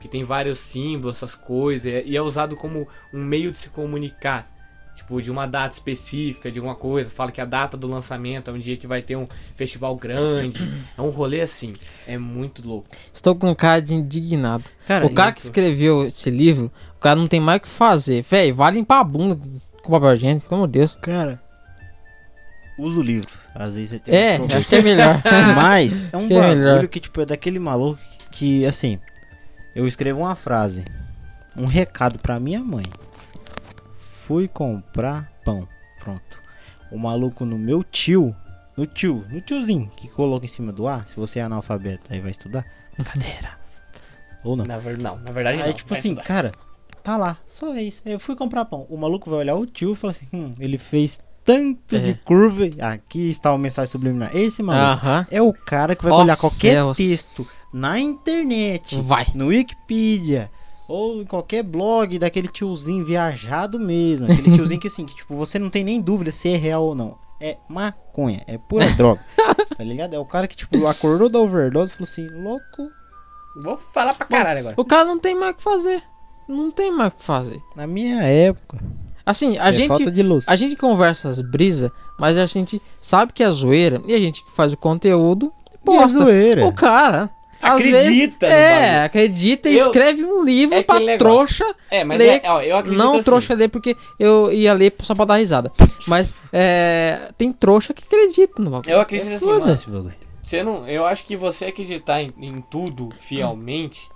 Speaker 4: Que tem vários símbolos, essas coisas, e é usado como um meio de se comunicar. Tipo, de uma data específica, de alguma coisa. Fala que a data do lançamento é um dia que vai ter um festival grande. É um rolê assim. É muito louco.
Speaker 2: Estou com um cara de indignado.
Speaker 1: Cara,
Speaker 2: o cara que escreveu esse livro, o cara não tem mais o que fazer. Véi, vai limpar a bunda com papel higiênico, pelo amor de Deus.
Speaker 1: Cara, usa o livro. Às vezes você tem
Speaker 2: É,
Speaker 1: que
Speaker 2: acho que é melhor.
Speaker 1: Mas é um
Speaker 2: Que é
Speaker 1: bagulho
Speaker 2: melhor.
Speaker 1: que, tipo, é daquele maluco que, assim, eu escrevo uma frase, um recado pra minha mãe. Fui comprar pão. Pronto. O maluco no meu tio, no tio, no tiozinho, que coloca em cima do A, se você é analfabeto aí vai estudar, cadeira. Ou não.
Speaker 4: Na, ver... não, na verdade,
Speaker 1: Aí,
Speaker 4: não.
Speaker 1: tipo
Speaker 4: Vai
Speaker 1: assim,
Speaker 4: estudar.
Speaker 1: cara, tá lá, só isso. Aí eu fui comprar pão. O maluco vai olhar o tio e fala assim: hum, ele fez tanto
Speaker 2: É.
Speaker 1: de curva. Aqui está o mensagem subliminar. Esse maluco
Speaker 2: Aham.
Speaker 1: é o cara que vai
Speaker 2: Ó
Speaker 1: olhar qualquer
Speaker 2: céus.
Speaker 1: texto na internet,
Speaker 2: Vai.
Speaker 1: no Wikipedia. Ou em qualquer blog daquele tiozinho viajado mesmo. Aquele tiozinho que assim, que, tipo, você não tem nem dúvida se é real ou não. É maconha, é pura droga. Tá ligado? É o cara que, tipo, acordou da overdose e falou assim, louco,
Speaker 4: Vou falar pra caralho agora.
Speaker 2: O cara não tem mais o que fazer. Não tem mais o que fazer.
Speaker 1: na minha época.
Speaker 2: Assim, a
Speaker 1: é
Speaker 2: gente.
Speaker 1: falta de luz.
Speaker 2: A gente conversa as brisas, mas a gente sabe que é zoeira e a gente que faz o conteúdo
Speaker 1: E é
Speaker 2: posta.
Speaker 1: zoeira.
Speaker 2: o cara às vezes,
Speaker 4: Acredita no
Speaker 2: é,
Speaker 4: bagulho.
Speaker 2: acredita e
Speaker 4: Eu-
Speaker 2: escreve um livro
Speaker 4: É
Speaker 2: pra
Speaker 4: aquele negócio.
Speaker 2: trouxa.
Speaker 4: É, mas
Speaker 2: Lê-
Speaker 4: é, ó, eu acredito
Speaker 2: Não
Speaker 4: assim.
Speaker 2: trouxa ler porque eu ia ler só pra dar risada. Mas é, tem trouxa que acredita no bagulho.
Speaker 4: Eu acredito assim, mano.
Speaker 1: Foda-se, bagulho.
Speaker 4: Você não, eu acho que você acreditar em, em tudo fielmente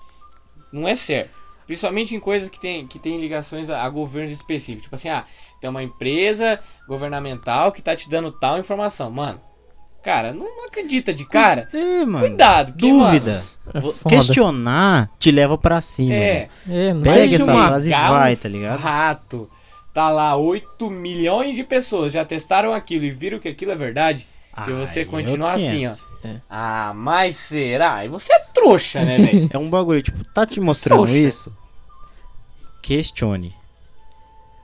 Speaker 4: não é certo. Principalmente em coisas que tem, que tem ligações a, a governos específicos. Tipo assim, ah, tem uma empresa governamental que tá te dando tal informação. Mano, cara, não, não acredita de cara.
Speaker 1: É, mano.
Speaker 4: Cuidado, porque,
Speaker 1: Dúvida.
Speaker 2: É
Speaker 1: Vo-
Speaker 2: foda.
Speaker 1: questionar te leva pra cima.
Speaker 4: É,
Speaker 2: É, não
Speaker 1: Pega
Speaker 2: sei de
Speaker 1: essa
Speaker 2: uma-
Speaker 1: frase e
Speaker 4: Cagar
Speaker 1: vai,
Speaker 4: um
Speaker 1: tá ligado?
Speaker 4: Rato. Tá lá 8 milhões de pessoas já testaram aquilo e viram que aquilo é verdade.
Speaker 1: mano.
Speaker 4: E você
Speaker 1: Aí é
Speaker 4: continua
Speaker 1: outros
Speaker 4: assim, ó.
Speaker 1: 500.
Speaker 4: Ah, mas será? E você é trouxa, né, velho?
Speaker 1: É um bagulho, tipo, tá te mostrando
Speaker 4: Poxa.
Speaker 1: isso? Questione.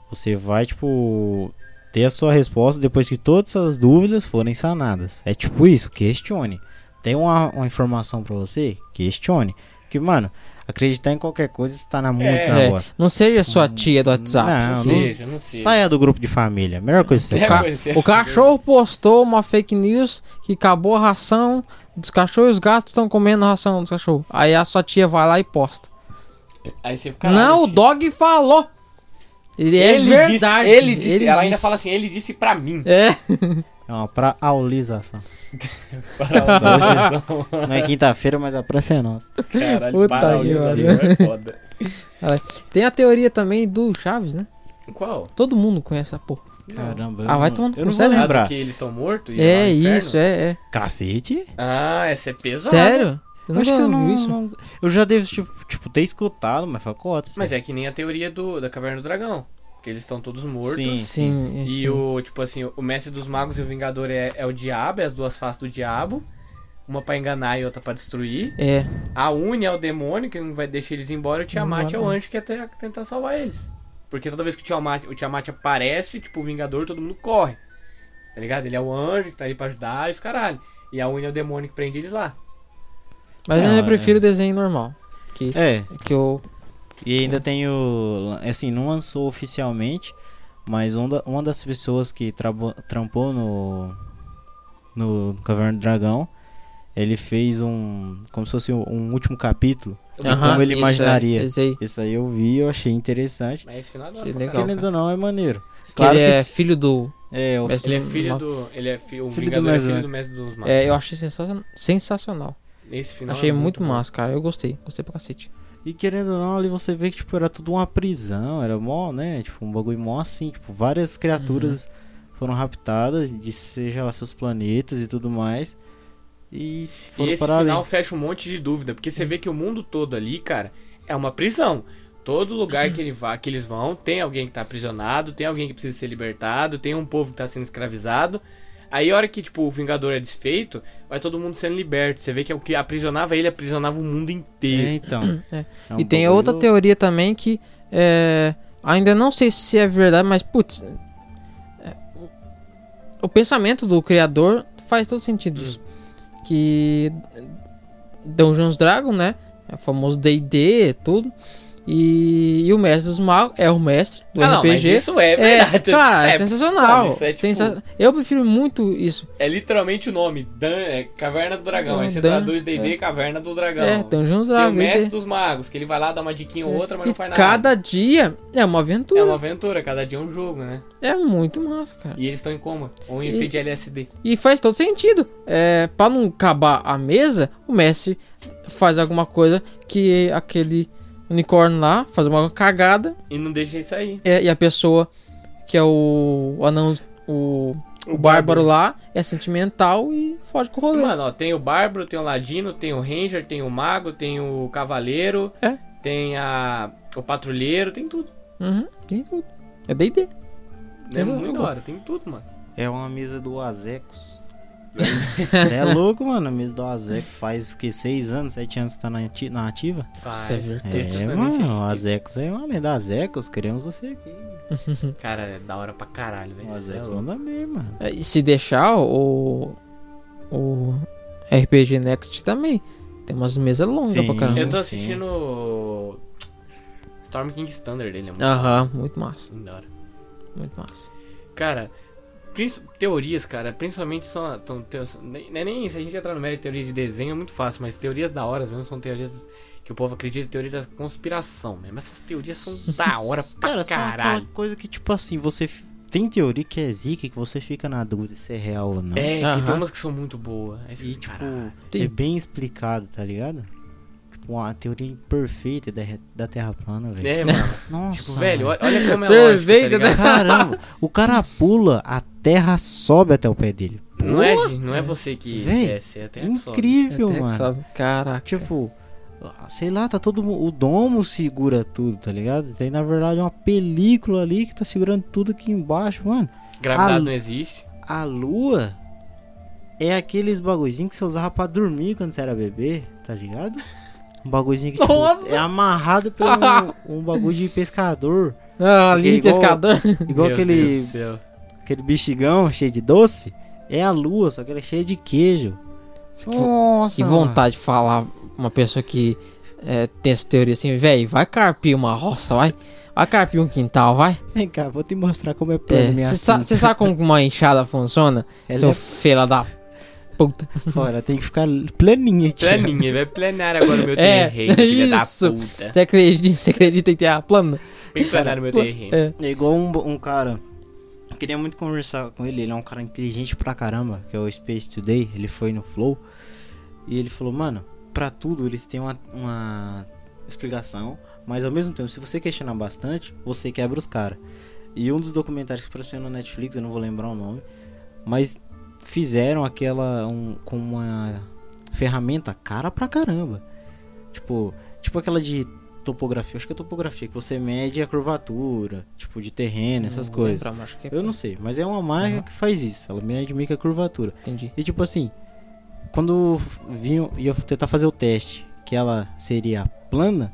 Speaker 1: Você vai, tipo, ter a sua resposta depois que todas as dúvidas forem sanadas. É tipo isso, questione. Tem uma, uma informação pra você? Questione. Porque, mano, acreditar em qualquer coisa está na muito
Speaker 4: É.
Speaker 1: na
Speaker 2: É,
Speaker 1: bosta.
Speaker 2: não seja sua tia do WhatsApp.
Speaker 1: Não,
Speaker 4: Não
Speaker 1: não-
Speaker 4: seja, não seja.
Speaker 1: Saia do grupo de família. Melhor coisa que você
Speaker 4: É,
Speaker 2: Ca-
Speaker 4: pois
Speaker 2: o cachorro postou uma fake news que acabou a ração dos cachorros e os gatos estão comendo a ração dos cachorros. Aí a sua tia vai lá e posta.
Speaker 4: Aí você fica. "Caralho,
Speaker 2: não, o
Speaker 4: tio."
Speaker 2: dog falou. Ele, é
Speaker 4: Ele disse-
Speaker 2: verdade.
Speaker 4: ele disse, ela ainda
Speaker 2: disse.
Speaker 4: fala assim, ele disse pra mim.
Speaker 2: É,
Speaker 1: É uma pra aulização.
Speaker 4: Paralisação.
Speaker 1: Não é quinta-feira, mas a praça é nossa.
Speaker 4: Caralho,
Speaker 2: Ah. Puta
Speaker 4: paralisação
Speaker 2: que
Speaker 4: é foda.
Speaker 2: tem a teoria também do Chaves, né?
Speaker 4: Qual?
Speaker 2: Todo mundo conhece essa porra.
Speaker 1: Caramba.
Speaker 2: Ah,
Speaker 1: eu
Speaker 2: vai
Speaker 1: não-
Speaker 2: tomar no
Speaker 1: Eu não vou
Speaker 2: cu, sério?
Speaker 4: Ah, do
Speaker 1: lembrar.
Speaker 4: que eles estão mortos? e lá
Speaker 2: É
Speaker 4: no inferno?
Speaker 2: isso, é, é.
Speaker 1: Cacete?
Speaker 4: Ah, essa é pesada.
Speaker 2: Sério? Eu
Speaker 1: acho
Speaker 2: nunca
Speaker 1: que eu
Speaker 2: vi
Speaker 1: não,
Speaker 2: isso.
Speaker 1: não- Eu já devo, tipo, tipo, ter escutado, mas foi cota.
Speaker 4: Mas é que nem a teoria do, da Caverna do Dragão. Que eles estão todos mortos.
Speaker 1: Sim.
Speaker 2: Sim,
Speaker 4: E
Speaker 2: sim.
Speaker 4: o, tipo assim, o mestre dos magos e o vingador é, é o diabo, é as duas faces do diabo. Uma pra enganar e outra pra destruir.
Speaker 2: É.
Speaker 4: A Uni é o demônio, que não vai deixar eles embora. E o Tiamat é o
Speaker 2: Embora.
Speaker 4: anjo que ia te- tentar salvar eles. Porque toda vez que o Tiamat, o Tiamat aparece, tipo, o vingador, todo mundo corre. Tá ligado? Ele é o anjo que tá ali pra ajudar e os caralho. E a Uni é o demônio que prende eles lá.
Speaker 2: Mas
Speaker 1: Não,
Speaker 2: eu
Speaker 1: é.
Speaker 2: prefiro o desenho normal. Que,
Speaker 1: É,
Speaker 2: que eu.
Speaker 1: e ainda tem o. Assim, não lançou oficialmente, mas um da- uma das pessoas que trabo- trampou no. No Caverna do Dragão, ele fez um. Como se fosse um último capítulo.
Speaker 2: Aham,
Speaker 1: como ele
Speaker 2: isso,
Speaker 1: imaginaria.
Speaker 2: É, esse aí.
Speaker 1: Isso aí eu vi, eu achei interessante.
Speaker 4: Mas esse final é da
Speaker 2: Que
Speaker 4: hora pra
Speaker 2: legal.
Speaker 4: caralho.
Speaker 1: Querendo ou não, é maneiro.
Speaker 2: Que
Speaker 1: Claro
Speaker 2: ele
Speaker 1: que
Speaker 2: é
Speaker 1: s-
Speaker 2: filho do.
Speaker 1: É, o
Speaker 2: mestre
Speaker 4: Ele é
Speaker 2: do
Speaker 4: filho
Speaker 2: ma-
Speaker 4: do. Ele é fi,
Speaker 1: Filho
Speaker 4: o
Speaker 1: do
Speaker 4: Vingador é
Speaker 1: Mestre,
Speaker 4: filho
Speaker 1: né?
Speaker 4: do Mestre dos Magos.
Speaker 2: É, eu achei sensacion- sensacional.
Speaker 4: Esse final
Speaker 2: achei
Speaker 4: é
Speaker 2: muito,
Speaker 4: bom.
Speaker 2: massa, cara. Eu gostei. Gostei pra cacete.
Speaker 1: E querendo ou não, ali você vê que tipo, era tudo uma prisão, era mó, né? Tipo, um bagulho mó assim, tipo, várias criaturas
Speaker 4: Uhum.
Speaker 1: foram raptadas, de seja lá seus planetas e tudo mais. E foram
Speaker 4: E esse
Speaker 1: parar
Speaker 4: final
Speaker 1: ali.
Speaker 4: fecha um monte de dúvida, porque você vê que o mundo todo ali, cara, é uma prisão. Todo lugar que, ele vá, que eles vão, tem alguém que tá aprisionado, tem alguém que precisa ser libertado, tem um povo que tá sendo escravizado. Aí a hora que, tipo, o Vingador é desfeito, vai todo mundo sendo liberto. Você vê que é o que aprisionava ele, aprisionava o mundo
Speaker 1: É,
Speaker 4: inteiro.
Speaker 1: então.
Speaker 2: É.
Speaker 1: É um
Speaker 2: e tem
Speaker 1: bagulho-
Speaker 2: outra teoria também que. É, ainda não sei se é verdade, mas putz. é, o- o pensamento do criador faz todo
Speaker 4: Hum.
Speaker 2: sentido. isso. Que. Dungeons Dragon, né? É o famoso DD, tudo. E, e o mestre dos magos é o mestre do
Speaker 4: ah, não, mas
Speaker 2: RPG.
Speaker 4: isso é
Speaker 2: é,
Speaker 4: verdade.
Speaker 2: cara, é,
Speaker 4: É,
Speaker 2: sensacional.
Speaker 4: mano, isso é tipo-
Speaker 2: Sensa- Eu prefiro muito isso.
Speaker 4: é literalmente o nome, Dan, é Caverna do Dragão. Aí você
Speaker 2: Dan,
Speaker 4: traduz D&D, Caverna do Dragão.
Speaker 2: É, Dungeons
Speaker 4: Tem o
Speaker 2: Dragons.
Speaker 4: mestre
Speaker 2: DD.
Speaker 4: dos magos, que ele vai lá dar uma diquinha ou outra, mas
Speaker 2: É. e
Speaker 4: não faz nada.
Speaker 2: cada dia é uma aventura.
Speaker 4: É uma aventura, cada dia é um jogo, né?
Speaker 2: É muito massa, cara.
Speaker 4: E eles estão em coma, ou em
Speaker 2: E-
Speaker 4: efeito de LSD.
Speaker 2: E faz todo sentido. É, para não acabar a mesa, o Messi faz alguma coisa que aquele unicórnio lá faz uma cagada
Speaker 4: E não deixa ele sair.
Speaker 2: é, e a pessoa que é o, o anão, o, o bárbaro lá, é sentimental e foge com o rolê.
Speaker 4: Mano, ó, tem o Bárbaro, tem o Ladino, tem o Ranger, tem o Mago, tem o Cavaleiro,
Speaker 2: É.
Speaker 4: tem a. o Patrulheiro, tem tudo.
Speaker 2: Uhum, tem tudo. É D&D.
Speaker 4: É
Speaker 2: Tem tudo. tá
Speaker 4: muito da hora, tem tudo, mano.
Speaker 1: É uma mesa do Azecos. Você é louco, mano. A mesa do Azex faz o que? 6 anos, 7 anos que tá na, ati- na ativa?
Speaker 4: Faz.
Speaker 2: Isso é verdade.
Speaker 4: textos
Speaker 1: É,
Speaker 4: também,
Speaker 1: mano.
Speaker 4: assim.
Speaker 1: O Azex é uma lenda. Azecos, queremos você aqui.
Speaker 4: Cara, é da hora pra caralho, velho.
Speaker 1: O
Speaker 4: Cê é
Speaker 1: Azex
Speaker 4: louco.
Speaker 1: manda bem, mano.
Speaker 2: É, E se deixar, o, o RPG Next também. Tem umas mesas longas
Speaker 1: Sim.
Speaker 2: pra caramba.
Speaker 4: Eu tô
Speaker 1: Sim.
Speaker 4: assistindo. Storm King Standard, ele é
Speaker 2: Ah.
Speaker 4: muito
Speaker 2: Aham, muito massa,
Speaker 4: da hora.
Speaker 2: muito massa.
Speaker 4: Cara, princ- teorias, cara, principalmente são. tão- teo- nem, nem- nem se a gente entrar no mérito de teoria de desenho é muito fácil, mas teorias da hora mesmo são teorias que o povo acredita, teoria da conspiração mesmo. Essas teorias são da hora pra
Speaker 1: Cara, só aquela
Speaker 4: caralho.
Speaker 1: coisa que, tipo assim, você f- tem teoria que é zica e que você fica na dúvida se é real ou não.
Speaker 4: É, que tem
Speaker 2: Aham.
Speaker 4: umas que são muito boas. é Aí você
Speaker 1: E,
Speaker 4: fala,
Speaker 1: tipo,
Speaker 4: "Caralho."
Speaker 2: Tem.
Speaker 1: é bem explicado, tá ligado? Tipo, uma teoria perfeita da, re- da Terra plana, velho.
Speaker 4: é, mano.
Speaker 1: Nossa,
Speaker 4: Tipo, velho,
Speaker 1: mano.
Speaker 4: olha- olha como é lógico, tá
Speaker 2: Perfeito,
Speaker 4: ligado?
Speaker 1: Caramba, o cara pula, a Terra sobe até o pé dele.
Speaker 4: Não é, gente, não é você que
Speaker 1: Véi,
Speaker 4: desce, é até
Speaker 1: Incrível,
Speaker 2: Até que
Speaker 1: mano.
Speaker 2: sobe. Caraca.
Speaker 1: Tipo, sei lá, tá todo mu- O domo segura tudo, tá ligado? Tem, na verdade, uma película ali que tá segurando tudo aqui embaixo, mano.
Speaker 4: Gravidade
Speaker 1: Ah,
Speaker 4: não existe.
Speaker 1: A lua é aqueles bagulhozinhos que você usava pra dormir quando você era bebê, tá ligado? Um bagulhozinho que tipo,
Speaker 2: Nossa!
Speaker 1: é amarrado por um, um bagulho de pescador.
Speaker 2: Ah,
Speaker 1: Aquele
Speaker 2: ali,
Speaker 1: igual-
Speaker 2: pescador.
Speaker 1: Igual
Speaker 4: Meu Deus
Speaker 1: aquele,
Speaker 4: do céu.
Speaker 1: aquele bexigão cheio de doce. É a lua, só que ela é cheia de queijo. Nossa!
Speaker 2: Que vontade de falar uma pessoa que é, tem essa teoria assim, velho, vai carpir uma roça, vai. Vai carpir um quintal, vai.
Speaker 1: mano. Vem cá, vou te mostrar como é plano
Speaker 2: Você
Speaker 1: minha cinta.
Speaker 2: sabe como que uma enxada funciona?
Speaker 1: Ela
Speaker 2: Seu
Speaker 1: é
Speaker 2: fela da puta.
Speaker 1: fora, tem que ficar planinha aqui.
Speaker 4: Planinha, vai planar agora o meu
Speaker 2: É,
Speaker 4: terreno, filha da
Speaker 2: isso.
Speaker 4: puta.
Speaker 2: Você acredita, você acredita em terra plana?
Speaker 4: Tem que planar o meu terreno.
Speaker 2: É.
Speaker 1: É igual um, um cara. Eu queria muito conversar com ele. Ele é um cara inteligente pra caramba, que é o Space Today. Ele foi no Flow. E ele falou, mano, pra tudo eles têm uma, uma explicação. Mas ao mesmo tempo, se você questionar bastante, você quebra os caras. E um dos documentários que apareceu na Netflix, eu não vou lembrar o nome, mas fizeram aquela um- com uma ferramenta cara pra caramba. Tipo, tipo aquela de topografia, acho que é topografia, que você mede a curvatura, tipo de terreno, essas
Speaker 2: Não
Speaker 1: coisas.
Speaker 2: lembro, acho que é-
Speaker 1: Eu não sei, mas é uma marca
Speaker 2: Uhum.
Speaker 1: que faz isso, ela mede meio que a curvatura.
Speaker 2: Entendi.
Speaker 1: E tipo assim, quando vinham ia tentar fazer o teste, que ela seria plana,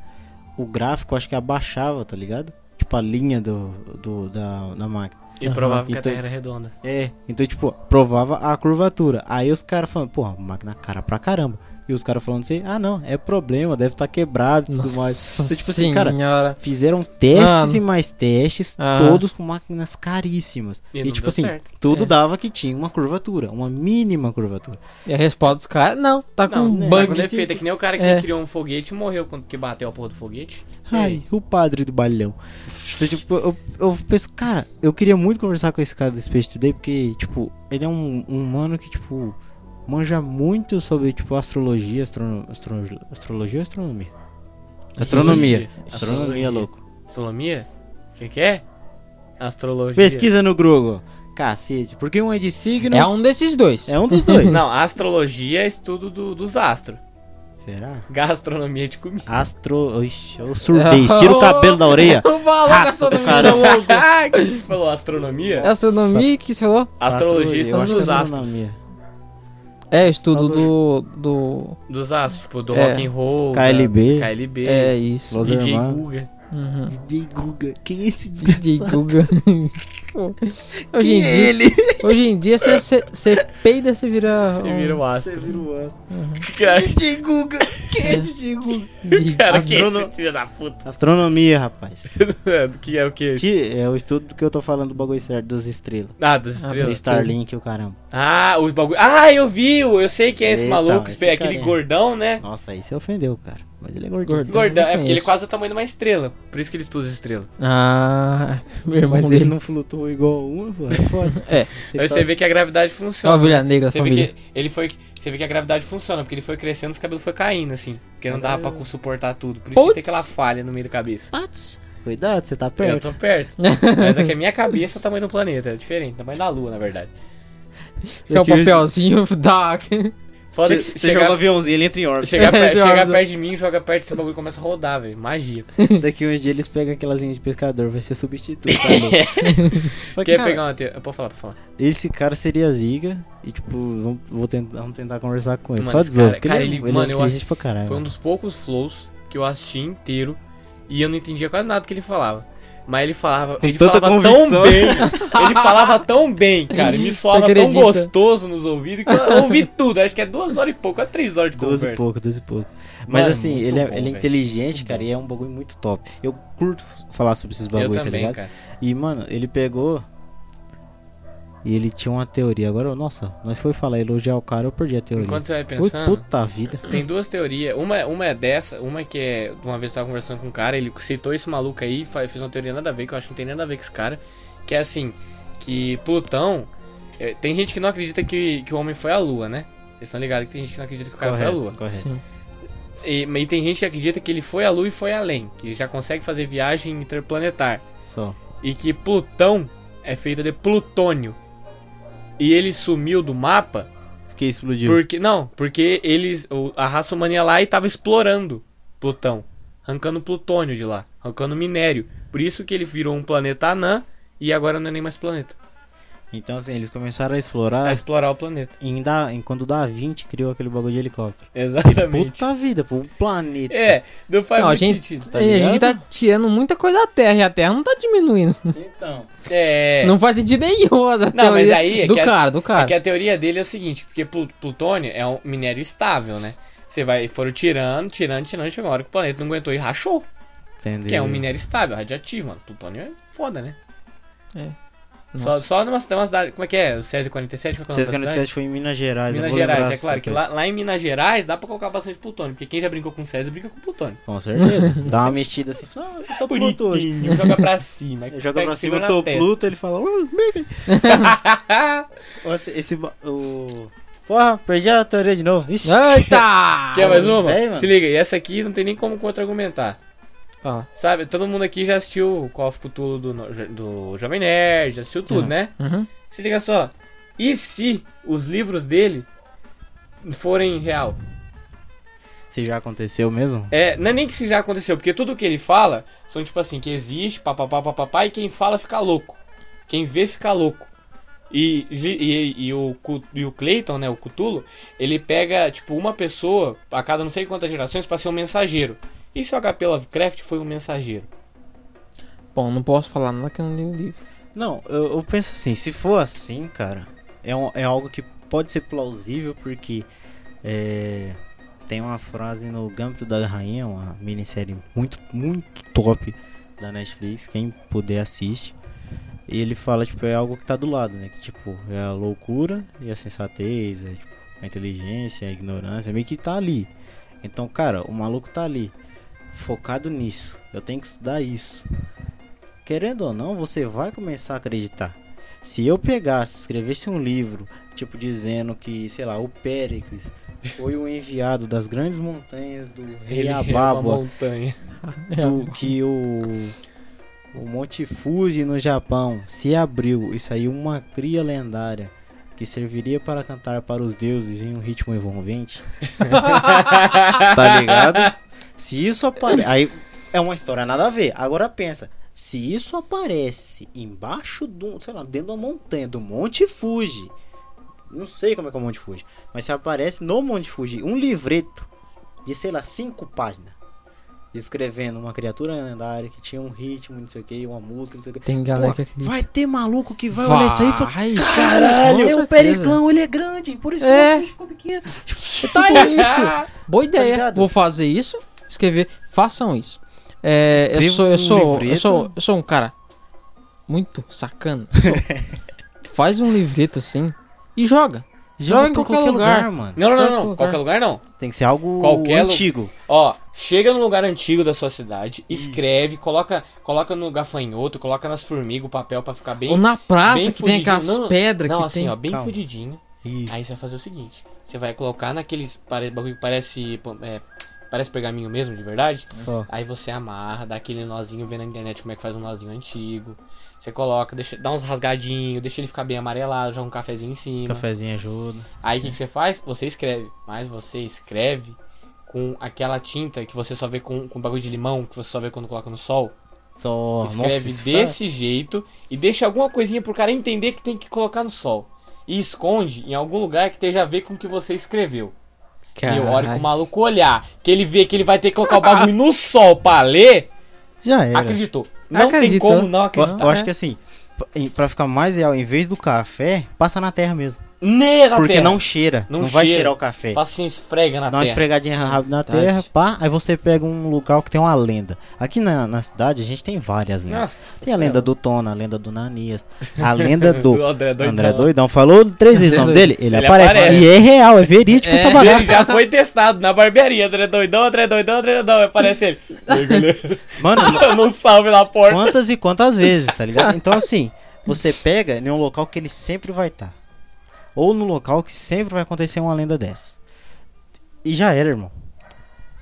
Speaker 1: o gráfico acho que abaixava, tá ligado? Tipo a linha do, do- da, da máquina.
Speaker 4: E
Speaker 2: Aham,
Speaker 4: provável que a
Speaker 1: então-
Speaker 4: Terra era redonda.
Speaker 1: É, então tipo, provava a curvatura. Aí os caras falando, porra, máquina cara pra caramba. E os caras falando assim, ah não, é problema, deve estar quebrado e tudo mais.
Speaker 2: Nossa
Speaker 1: Então, tipo assim, cara,
Speaker 2: senhora.
Speaker 1: Fizeram testes
Speaker 2: Ah,
Speaker 1: e mais testes,
Speaker 2: aham.
Speaker 1: todos com máquinas caríssimas.
Speaker 4: E
Speaker 1: E,
Speaker 4: não
Speaker 1: tipo
Speaker 4: deu
Speaker 1: assim,
Speaker 4: certo.
Speaker 1: tudo
Speaker 2: É.
Speaker 1: dava que tinha uma curvatura, uma mínima curvatura.
Speaker 2: E a resposta dos caras, não, tá com
Speaker 4: Não,
Speaker 2: um
Speaker 1: né?
Speaker 4: Tá
Speaker 2: bug.
Speaker 4: com defeito, é que nem o cara que
Speaker 2: É.
Speaker 4: criou um foguete e morreu quando que bateu a porra do foguete.
Speaker 1: Ai, o padre do balhão. Então, tipo, eu, eu penso, cara, eu queria muito conversar com esse cara do Space Today, porque, tipo, ele é um, um humano que, tipo, manja muito sobre, tipo, astrologia, astrono, astro- astrologia ou astronomia? Astronomia. Astronomia, louco.
Speaker 4: Astronomia? O que, que é? Astrologia.
Speaker 1: Pesquisa no Google. Cacete, porque um é de signo,
Speaker 2: É um desses dois.
Speaker 1: é um dos dois.
Speaker 4: Não, astrologia é estudo do- dos astros.
Speaker 1: Será?
Speaker 4: Gastronomia é de comida.
Speaker 1: Astro... Ixi, eu surdez, tira o cabelo da orelha.
Speaker 2: Eu falo
Speaker 1: Raça do
Speaker 2: gastronomia,
Speaker 1: caralho.
Speaker 2: louco.
Speaker 4: Ah, que falou astronomia?
Speaker 2: É Astronomia que você falou?
Speaker 4: Astrologia é
Speaker 1: eu
Speaker 4: estudo
Speaker 1: acho que
Speaker 4: dos
Speaker 1: é
Speaker 4: astros.
Speaker 1: astronomia.
Speaker 2: É, estudo do. do.
Speaker 4: Dos astros, tipo, do
Speaker 2: É.
Speaker 4: rock and roll, da-
Speaker 1: KLB.
Speaker 4: KLB,
Speaker 2: É isso.
Speaker 1: Los
Speaker 4: DJ
Speaker 1: Hermanos.
Speaker 4: Guga.
Speaker 2: Uhum.
Speaker 1: DJ Guga. Quem é esse
Speaker 2: DJ Guga. hoje, em
Speaker 4: é
Speaker 2: dia, hoje em dia, você- você você peida, você vira.
Speaker 4: Você
Speaker 2: um-
Speaker 4: vira o
Speaker 1: Você
Speaker 4: astro.
Speaker 1: vira o astro.
Speaker 4: Cara,
Speaker 1: DJ Guga. Quem é DJ Guga?
Speaker 2: de-
Speaker 4: cara, que é
Speaker 1: Astrono-
Speaker 4: esse filho da puta?
Speaker 1: Astronomia, rapaz.
Speaker 4: que é o que?
Speaker 1: Ti- É o estudo que eu tô falando do bagulho certo, das estrelas.
Speaker 4: Ah, das
Speaker 2: Ah,
Speaker 4: estrelas.
Speaker 2: das-
Speaker 1: Starlink, o caramba.
Speaker 4: Ah, o bagulho. Ah, eu vi, eu sei quem é esse
Speaker 1: Então,
Speaker 4: maluco,
Speaker 1: esse
Speaker 4: é aquele
Speaker 1: carinha.
Speaker 4: gordão, né?
Speaker 1: Nossa, aí você ofendeu, cara. Mas ele é gordinho.
Speaker 2: Gordo.
Speaker 4: Gordão,
Speaker 2: Eu
Speaker 4: é porque ele é
Speaker 2: conheço.
Speaker 4: quase o tamanho de uma estrela. Por isso que ele estuda as estrelas.
Speaker 2: Ah, meu irmão.
Speaker 1: Mas
Speaker 2: dele.
Speaker 1: ele não flutuou igual uma, pô. É foda.
Speaker 2: É.
Speaker 1: Ele
Speaker 4: Aí
Speaker 1: só-
Speaker 4: você vê que a gravidade
Speaker 2: Ó, a
Speaker 4: funciona.
Speaker 2: ovelha negra,
Speaker 4: Você vê que
Speaker 2: família.
Speaker 4: ele foi. Você vê que a gravidade funciona, porque ele foi crescendo os cabelos foi caindo, assim. Porque não dava pra suportar tudo. Por isso que tem
Speaker 2: Putz.
Speaker 4: aquela falha no meio da cabeça.
Speaker 1: Cuidado, você tá
Speaker 4: Eu
Speaker 1: perto.
Speaker 4: tô perto. Mas é que a minha cabeça é o tamanho do planeta, é diferente, tamanho da lua, na verdade.
Speaker 2: Que é o
Speaker 1: que hoje-
Speaker 2: papelzinho da.
Speaker 4: Foda que
Speaker 1: Você
Speaker 4: chegar-
Speaker 1: joga o aviãozinho, ele entra em órbita.
Speaker 4: Chegar,
Speaker 2: É,
Speaker 4: per-
Speaker 2: droga.
Speaker 4: chegar perto de mim, joga perto desse bagulho e começa a rodar, velho. Magia.
Speaker 1: Daqui uns dias eles pegam aquelas linhas de pescador, vai ser substituto. tá louco? Mas,
Speaker 4: Quer
Speaker 1: cara,
Speaker 4: pegar um- uma teoria? Pode falar, pode falar.
Speaker 1: Esse cara seria a ziga e, tipo, vamos, vou tentar, vamos tentar conversar com ele.
Speaker 4: Mano,
Speaker 1: Só
Speaker 4: esse
Speaker 1: dizer,
Speaker 4: cara-
Speaker 1: porque
Speaker 4: cara,
Speaker 1: ele, é-
Speaker 4: ele-
Speaker 1: ele
Speaker 4: mano,
Speaker 1: é
Speaker 4: eu
Speaker 1: inteligente pra caralho.
Speaker 4: Foi um
Speaker 1: mano.
Speaker 4: dos poucos flows que eu assisti inteiro e eu não entendia quase nada que ele falava. Mas ele falava, ele
Speaker 1: tanta
Speaker 4: falava
Speaker 1: convicção.
Speaker 4: tão bem. Ele falava tão bem, cara. Me soava tão
Speaker 2: Acredita.
Speaker 4: gostoso nos ouvidos que eu ouvi tudo. Acho que é duas horas e pouco, é três horas de
Speaker 1: 12
Speaker 4: conversa.
Speaker 1: e pouco, 12 e pouco. Mas
Speaker 4: Mano,
Speaker 1: assim,
Speaker 4: muito
Speaker 1: ele é,
Speaker 4: bom,
Speaker 1: ele é
Speaker 4: velho.
Speaker 1: inteligente,
Speaker 4: Muito
Speaker 1: cara,
Speaker 4: bom.
Speaker 1: e é um bagulho muito top. Eu curto falar sobre esses
Speaker 4: Eu
Speaker 1: bagulho, tá
Speaker 4: também,
Speaker 1: ligado?
Speaker 4: cara.
Speaker 1: E, mano, ele pegou. E ele tinha uma teoria. Agora, eu- nossa, nós foi falar elogiar o cara, eu perdi a teoria.
Speaker 4: Enquanto você vai
Speaker 1: Putz,
Speaker 4: pensando,
Speaker 1: puta vida.
Speaker 4: tem duas teorias. Uma, é- uma é dessa, uma que é. Uma vez eu tava conversando com um cara, ele citou esse maluco aí, fa- fez uma teoria nada a ver, que eu acho que não tem nada a ver com esse cara. Que é assim, que Plutão. é, tem gente que não acredita que, que o homem foi à Lua, né? Vocês estão ligados que tem gente que não acredita que o cara foi à Lua.
Speaker 1: correto.
Speaker 2: Sim.
Speaker 4: E, e tem gente que acredita que ele foi à Lua e foi além, que já consegue fazer viagem interplanetar.
Speaker 1: Só.
Speaker 4: E que Plutão é feito de plutônio. E ele sumiu do mapa
Speaker 1: Porque explodiu.
Speaker 4: porque. Não, porque eles. o- A raça humana ia lá e tava explorando Plutão. Arrancando plutônio de lá. Arrancando minério. Por isso que ele virou um planeta anã e agora não é nem mais planeta.
Speaker 1: Então, assim, eles começaram a
Speaker 4: A
Speaker 1: explorar.
Speaker 4: explorar o planeta.
Speaker 1: E ainda, enquanto o Da Vinci criou aquele bagulho de helicóptero.
Speaker 4: Exatamente.
Speaker 1: Puta vida, pô, o planeta.
Speaker 4: É, não faz
Speaker 2: Não, a
Speaker 4: muito
Speaker 2: gente,
Speaker 4: sentido.
Speaker 1: tá
Speaker 2: a gente tá
Speaker 1: ligado?
Speaker 2: tirando muita coisa da Terra e a Terra não tá diminuindo.
Speaker 1: Então.
Speaker 4: É.
Speaker 2: Não faz sentido nenhum essa
Speaker 4: Não, mas
Speaker 2: teoria
Speaker 4: aí é
Speaker 2: do
Speaker 4: que a-
Speaker 2: cara, do cara.
Speaker 4: É que a teoria dele é o seguinte, porque plu- plutônio é um minério estável, né? Você vai, foram tirando, tirando, tirando, chegou uma hora que o planeta não aguentou e rachou.
Speaker 1: Entendeu?
Speaker 4: Que é um minério estável, radioativo, mano. Plutônio é foda, né? Só,
Speaker 2: Nossa.
Speaker 4: só numa, tem uma cidade, como é que é? O Césio 47, qual que é o nome da
Speaker 1: 647 foi em Minas
Speaker 4: cidade?
Speaker 1: Gerais. eu
Speaker 4: Minas
Speaker 1: vou lembrar assim,
Speaker 4: Gerais, é
Speaker 1: essa
Speaker 4: claro que lá, lá em Minas Gerais dá pra colocar bastante plutônio, porque quem já brincou com Césio brinca com plutônio.
Speaker 1: Com certeza. Dá uma mexida assim. Ah, você tá Pluto hoje.
Speaker 4: Bonitinho, joga pra cima.
Speaker 1: Ele Joga
Speaker 4: pega
Speaker 1: pra cima,
Speaker 4: e segura
Speaker 1: eu
Speaker 4: na
Speaker 1: tô
Speaker 4: testa.
Speaker 1: Pluto, ele fala. "Uh, baby." Nossa, assim, esse. ba- O... Porra, perdi a teoria de novo. Ixi.
Speaker 2: Eita!
Speaker 4: Quer mais uma?
Speaker 1: Véi, mano.
Speaker 4: Se liga, e essa aqui não tem nem como contra-argumentar.
Speaker 2: Fala.
Speaker 4: Sabe, todo mundo aqui já assistiu o Call of Cthulhu do, no- do Jovem Nerd, já assistiu tudo,
Speaker 1: Tá.
Speaker 2: Sim.
Speaker 4: né?
Speaker 2: Uhum.
Speaker 4: Se liga só. E se os livros dele forem real?
Speaker 1: Se já aconteceu mesmo?
Speaker 4: É, não é nem que isso já aconteceu, porque tudo que ele fala são tipo assim, que existe, papapá, papapá, e quem fala fica louco. Quem vê fica louco. E, e, e o, Cu- e o Clayton, né, o Cutulo, ele pega, tipo, uma pessoa a cada não sei quantas gerações pra ser um mensageiro. E se o HP Lovecraft foi um mensageiro?
Speaker 2: Bom, não posso falar nada que eu não li o livro.
Speaker 1: Não, eu, eu penso assim, se for assim, cara, é, um- é algo que pode ser plausível, porque é, tem uma frase no Gâmbito da Rainha, uma minissérie muito, muito top da Netflix, quem puder assiste. E ele fala, tipo, é algo que tá do lado, né? Que, tipo, é a loucura e a sensatez, é, tipo, a inteligência, a ignorância, meio que tá ali. Então, cara, o maluco tá ali, focado nisso. Eu tenho que estudar isso querendo ou não, você vai começar a acreditar. Se eu pegasse, escrevesse um livro, tipo dizendo que, sei lá, o Péricles foi o enviado das grandes montanhas do rei
Speaker 4: Ele é uma
Speaker 1: Abábua,
Speaker 4: montanha.
Speaker 1: do que o o Monte Fuji no Japão se abriu e saiu uma cria lendária que serviria para cantar para os deuses em um ritmo envolvente. tá ligado? Se isso aparece, aí é uma história nada a ver. Agora pensa, se isso aparece embaixo do, sei lá, dentro da montanha do Monte Fuji, não sei como é que é o Monte Fuji, mas se aparece no Monte Fuji um livreto de sei lá cinco páginas descrevendo uma criatura lendária que tinha um ritmo, não sei o que, uma música, não sei o que.
Speaker 2: Tem galera que acredita.
Speaker 1: Vai ter maluco que vai, olhar isso aí e falar.
Speaker 2: Vai,
Speaker 1: Caralho,
Speaker 2: com
Speaker 1: é um
Speaker 2: certeza.
Speaker 1: periclão, ele é grande, por isso que
Speaker 2: É.
Speaker 1: o bicho ficou pequeno. Tá isso!
Speaker 2: Boa ideia.
Speaker 1: ligado?
Speaker 2: Vou fazer isso, escrever. Façam isso. É, eu
Speaker 1: Escreva
Speaker 2: sou, eu
Speaker 1: um
Speaker 2: sou, eu
Speaker 1: livreto.
Speaker 2: sou, eu sou um cara muito sacana. Sou. Faz um livreto assim e joga. Joga em
Speaker 1: por
Speaker 2: qualquer lugar.
Speaker 1: mano.
Speaker 4: Não, não,
Speaker 2: Qualquer
Speaker 4: não, não.
Speaker 2: lugar.
Speaker 4: Qualquer lugar não.
Speaker 1: Tem que ser algo
Speaker 4: Qualquer lu-
Speaker 1: antigo.
Speaker 4: Ó, chega num lugar antigo da sua cidade, escreve, coloca, coloca no gafanhoto, coloca nas formigas o papel pra ficar bem.
Speaker 2: Ou na praça
Speaker 4: bem
Speaker 2: que tem aquelas
Speaker 4: fudidinho. Não,
Speaker 2: pedras
Speaker 4: Não,
Speaker 2: que
Speaker 4: assim,
Speaker 2: tem.
Speaker 4: ó, bem
Speaker 1: Calma.
Speaker 4: fudidinho.
Speaker 1: Isso.
Speaker 4: Aí você vai fazer o seguinte: você vai colocar naqueles pare- bagulho que parece. pô, é, parece pergaminho mesmo, de verdade.
Speaker 1: Só.
Speaker 4: Aí você amarra, dá aquele nozinho, vê na internet como é que faz um nozinho antigo. Você coloca, deixa, dá uns rasgadinhos, deixa ele ficar bem amarelado, joga um cafezinho em cima.
Speaker 1: Cafezinho ajuda.
Speaker 4: Aí o que, que você faz? Você escreve. Mas você escreve com aquela tinta que você só vê com, com bagulho de limão, que você só vê quando coloca no sol.
Speaker 1: Só.
Speaker 4: Escreve
Speaker 1: Nossa, isso
Speaker 4: desse jeito e deixa alguma coisinha pro cara entender que tem que colocar no sol. E esconde em algum lugar que esteja a ver com o que você escreveu. E eu olho com o maluco olhar. Que ele vê que ele vai ter que colocar o bagulho no sol pra ler.
Speaker 1: é- Já era.
Speaker 4: Acreditou. Não tem
Speaker 2: Acreditou.
Speaker 4: como não
Speaker 1: Eu,
Speaker 4: acreditar.
Speaker 1: eu
Speaker 2: Ah,
Speaker 1: acho
Speaker 2: é.
Speaker 1: que assim, pra- em- pra ficar mais real, em vez do café, passa na terra mesmo.
Speaker 4: Nê na
Speaker 1: Porque
Speaker 4: terra.
Speaker 1: não cheira. Não,
Speaker 4: Não
Speaker 1: vai
Speaker 4: cheira.
Speaker 1: cheirar o café.
Speaker 4: Faça assim, esfrega na
Speaker 1: Dá uma
Speaker 4: terra.
Speaker 1: esfregadinha rápido na
Speaker 2: Verdade.
Speaker 1: terra, pá. Aí você pega um lugar que tem uma lenda. Aqui na, na cidade a gente tem várias lendas.
Speaker 4: Nossa.
Speaker 1: Tem a lenda
Speaker 4: senhora.
Speaker 1: do Tona, a lenda do Nanias, a lenda do
Speaker 4: André Doidão.
Speaker 1: André Doidão. Falou três vezes o nome dele, ele,
Speaker 4: Ele
Speaker 1: aparece.
Speaker 4: aparece.
Speaker 1: E é real, é verídico
Speaker 2: É
Speaker 1: essa
Speaker 4: Ele
Speaker 1: bagaça.
Speaker 4: já foi testado na barbearia, André Doidão, André Doidão, André Doidão, aparece ele. Oi, galera.
Speaker 1: Mano,
Speaker 4: Dando um salve na porta.
Speaker 1: quantas e quantas vezes, tá ligado? Então assim, você pega em um local que ele sempre vai estar. Ou no local que sempre vai acontecer uma lenda dessas. E já era, irmão.